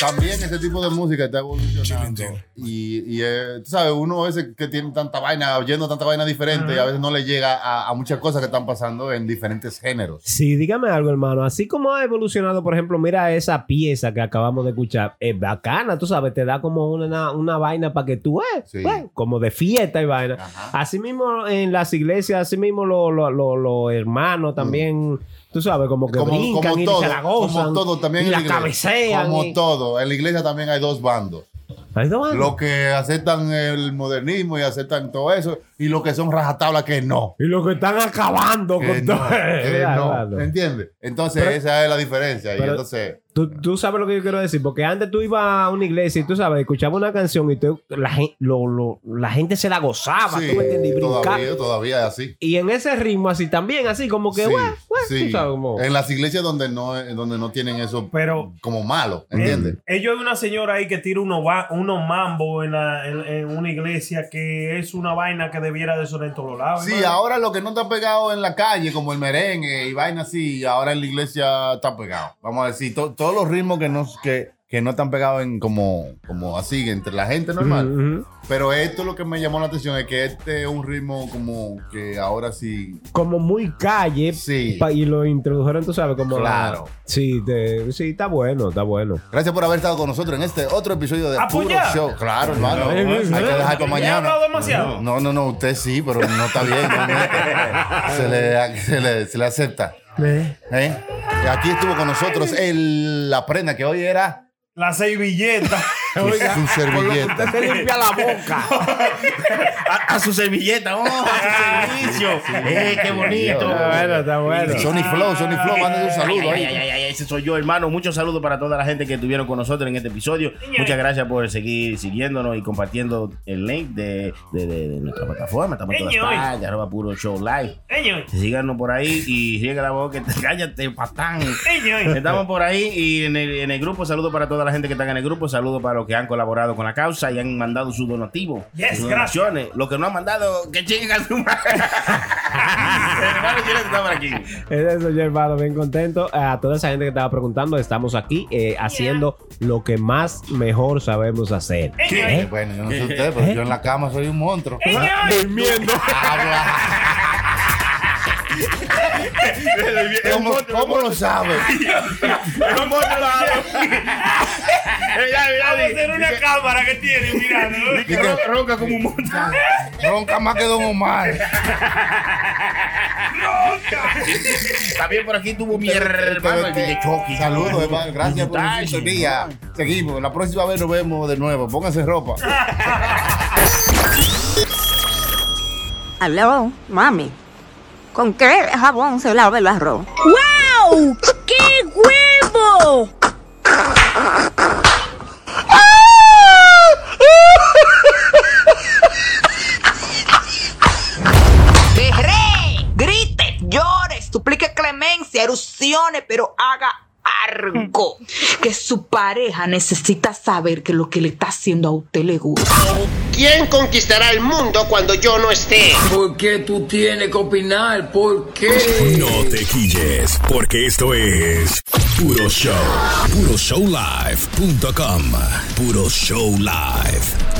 Speaker 1: también ese tipo de música está evolucionando. Y, y eh, tú sabes, uno a veces que tiene tanta vaina, oyendo tanta vaina diferente, y a veces no le llega a, a muchas cosas que están pasando en diferentes géneros.
Speaker 6: Sí, dígame algo, hermano. Así como ha evolucionado, por ejemplo, mira esa pieza que acabamos de escuchar. Es bacana, tú sabes, te da como una, una vaina para que tú, eh,
Speaker 1: Sí.
Speaker 6: pues, como de fiesta y vaina. Así mismo en las iglesias, así mismo los los- los- los hermanos también, tú sabes, como que
Speaker 1: Mm. Como,
Speaker 6: brincan
Speaker 1: como
Speaker 6: y
Speaker 1: todo,
Speaker 6: se la gozan.
Speaker 1: como todo también
Speaker 6: y
Speaker 1: en
Speaker 6: la
Speaker 1: iglesia.
Speaker 6: cabecean.
Speaker 1: Como
Speaker 6: y-
Speaker 1: todo, en la iglesia también hay dos bandos.
Speaker 6: Ay, no, mano.
Speaker 1: Los que aceptan el modernismo y aceptan todo eso, y los que son rajatablas que no.
Speaker 6: Y los que están acabando
Speaker 1: Que
Speaker 6: con
Speaker 1: no,
Speaker 6: todo. eh,
Speaker 1: que
Speaker 6: Mira,
Speaker 1: no,
Speaker 6: hermano.
Speaker 1: ¿Entiendes? Entonces,
Speaker 6: Pero-
Speaker 1: esa es la diferencia. y
Speaker 6: pero-
Speaker 1: entonces.
Speaker 6: Tú, tú sabes lo que yo quiero decir, porque antes tú ibas a una iglesia y tú sabes, escuchabas una canción y tú- la, gen- lo- lo- la gente se la gozaba,
Speaker 1: Sí,
Speaker 6: Ah, tú me entiendes, y brincaba.
Speaker 1: todavía, todavía es así.
Speaker 6: Y en ese ritmo así también, así como que,
Speaker 1: Sí,
Speaker 6: "Guau, guau",
Speaker 1: sí.
Speaker 6: tú sabes, como-
Speaker 1: En las iglesias donde no, eh, donde no tienen eso
Speaker 4: Pero-
Speaker 1: como malo, ¿entiendes?
Speaker 4: Ellos hay eh, una señora ahí que tira unos va- unos mambo en, la- en- en una iglesia que es una vaina que debiera de sonar en todos lados.
Speaker 1: Sí,
Speaker 4: hermano.
Speaker 1: ahora lo que no está pegado en la calle, como el merengue y vaina así, ahora en la iglesia está pegado. Vamos a decir, to- todos los ritmos que no, que, que no están pegados en como, como así, entre la gente normal.
Speaker 6: Ujú.
Speaker 1: Pero esto lo que me llamó la atención es que este es un ritmo como que ahora sí.
Speaker 6: como muy calle.
Speaker 1: Sí.
Speaker 6: pa- Y lo introdujeron, tú sabes, como... a-
Speaker 1: Claro.
Speaker 6: sí, te- sí, está bueno, está bueno.
Speaker 1: Gracias por haber estado con nosotros en este otro episodio de Puro
Speaker 4: Apoyar.
Speaker 1: Show. Claro, hermano. Hay que dejar para
Speaker 4: Ya he
Speaker 1: mañana.
Speaker 4: hablado demasiado.
Speaker 1: No, no, no, usted sí, pero no está bien. no, no. se, le, se, le, se le acepta. ¿Eh? Y Aquí estuvo con nosotros el, la prenda que hoy era
Speaker 4: La seis billetas. Oiga,
Speaker 1: Su servilleta.
Speaker 4: con lo que usted se limpia la boca.
Speaker 5: a, a su servilleta, oh, a su servicio. Eh, qué bonito.
Speaker 1: Está bueno, está bueno. Sony Flow, Sony Flow, mándale un saludo ahí.
Speaker 5: Ay, ay, ay, ay, ese soy yo, hermano. Muchos saludos para toda la gente que estuvieron con nosotros en este episodio. Muchas gracias por seguir siguiéndonos y compartiendo el link de, de- de- de nuestra plataforma. Estamos en todas
Speaker 4: Señor.
Speaker 5: partes, arroba puro show live. Síganos por ahí y riega la boca. Cállate, patán. Estamos por ahí y en el, en el grupo, saludos para toda la gente que está en el grupo, saludos para los que han colaborado con la causa y han mandado sus donativos.
Speaker 4: Yes,
Speaker 5: sus donaciones. Los que no han mandado, que chinguen a su madre. Hermano, ¿quiénes están por aquí?
Speaker 6: Es eso, yo, hermano, bien contento. A toda esa gente que estaba preguntando, estamos aquí eh, haciendo lo que más mejor sabemos hacer. ¿Eh?
Speaker 1: ¿Qué? Bueno, yo no sé usted, pero yo en la cama soy un monstruo.
Speaker 4: ¿Eh?
Speaker 6: Durmiendo.
Speaker 1: ¿Cómo, cómo lo sabe?
Speaker 5: Pero monstruo la
Speaker 4: Vamos a hacer una cámara que tiene mirando.
Speaker 1: Ronca-
Speaker 5: Ronca como un monstruo.
Speaker 1: Ronca más que Don Omar.
Speaker 5: También por aquí tuvo mi hermano el DJ Chucky.
Speaker 1: Saludos, hermano. Gracias por su
Speaker 5: Ay,
Speaker 1: sintonía. Seguimos. La próxima vez nos vemos de nuevo. Pónganse ropa.
Speaker 13: Aló, mami. ¿Con qué jabón se lava el arroz? ¡Wow! ¡Qué huevo!
Speaker 10: Guerre, grite, llore, suplique clemencia, erupcione, pero haga algo. Que su pareja necesita saber que lo que le está haciendo a usted le gusta.
Speaker 14: ¿Quién conquistará el mundo cuando yo no esté? ¿Por qué tú tienes que opinar? ¿Por qué?
Speaker 2: No te quilles, porque esto es Puro Show. PuroShowLive.com. Puro Show Live.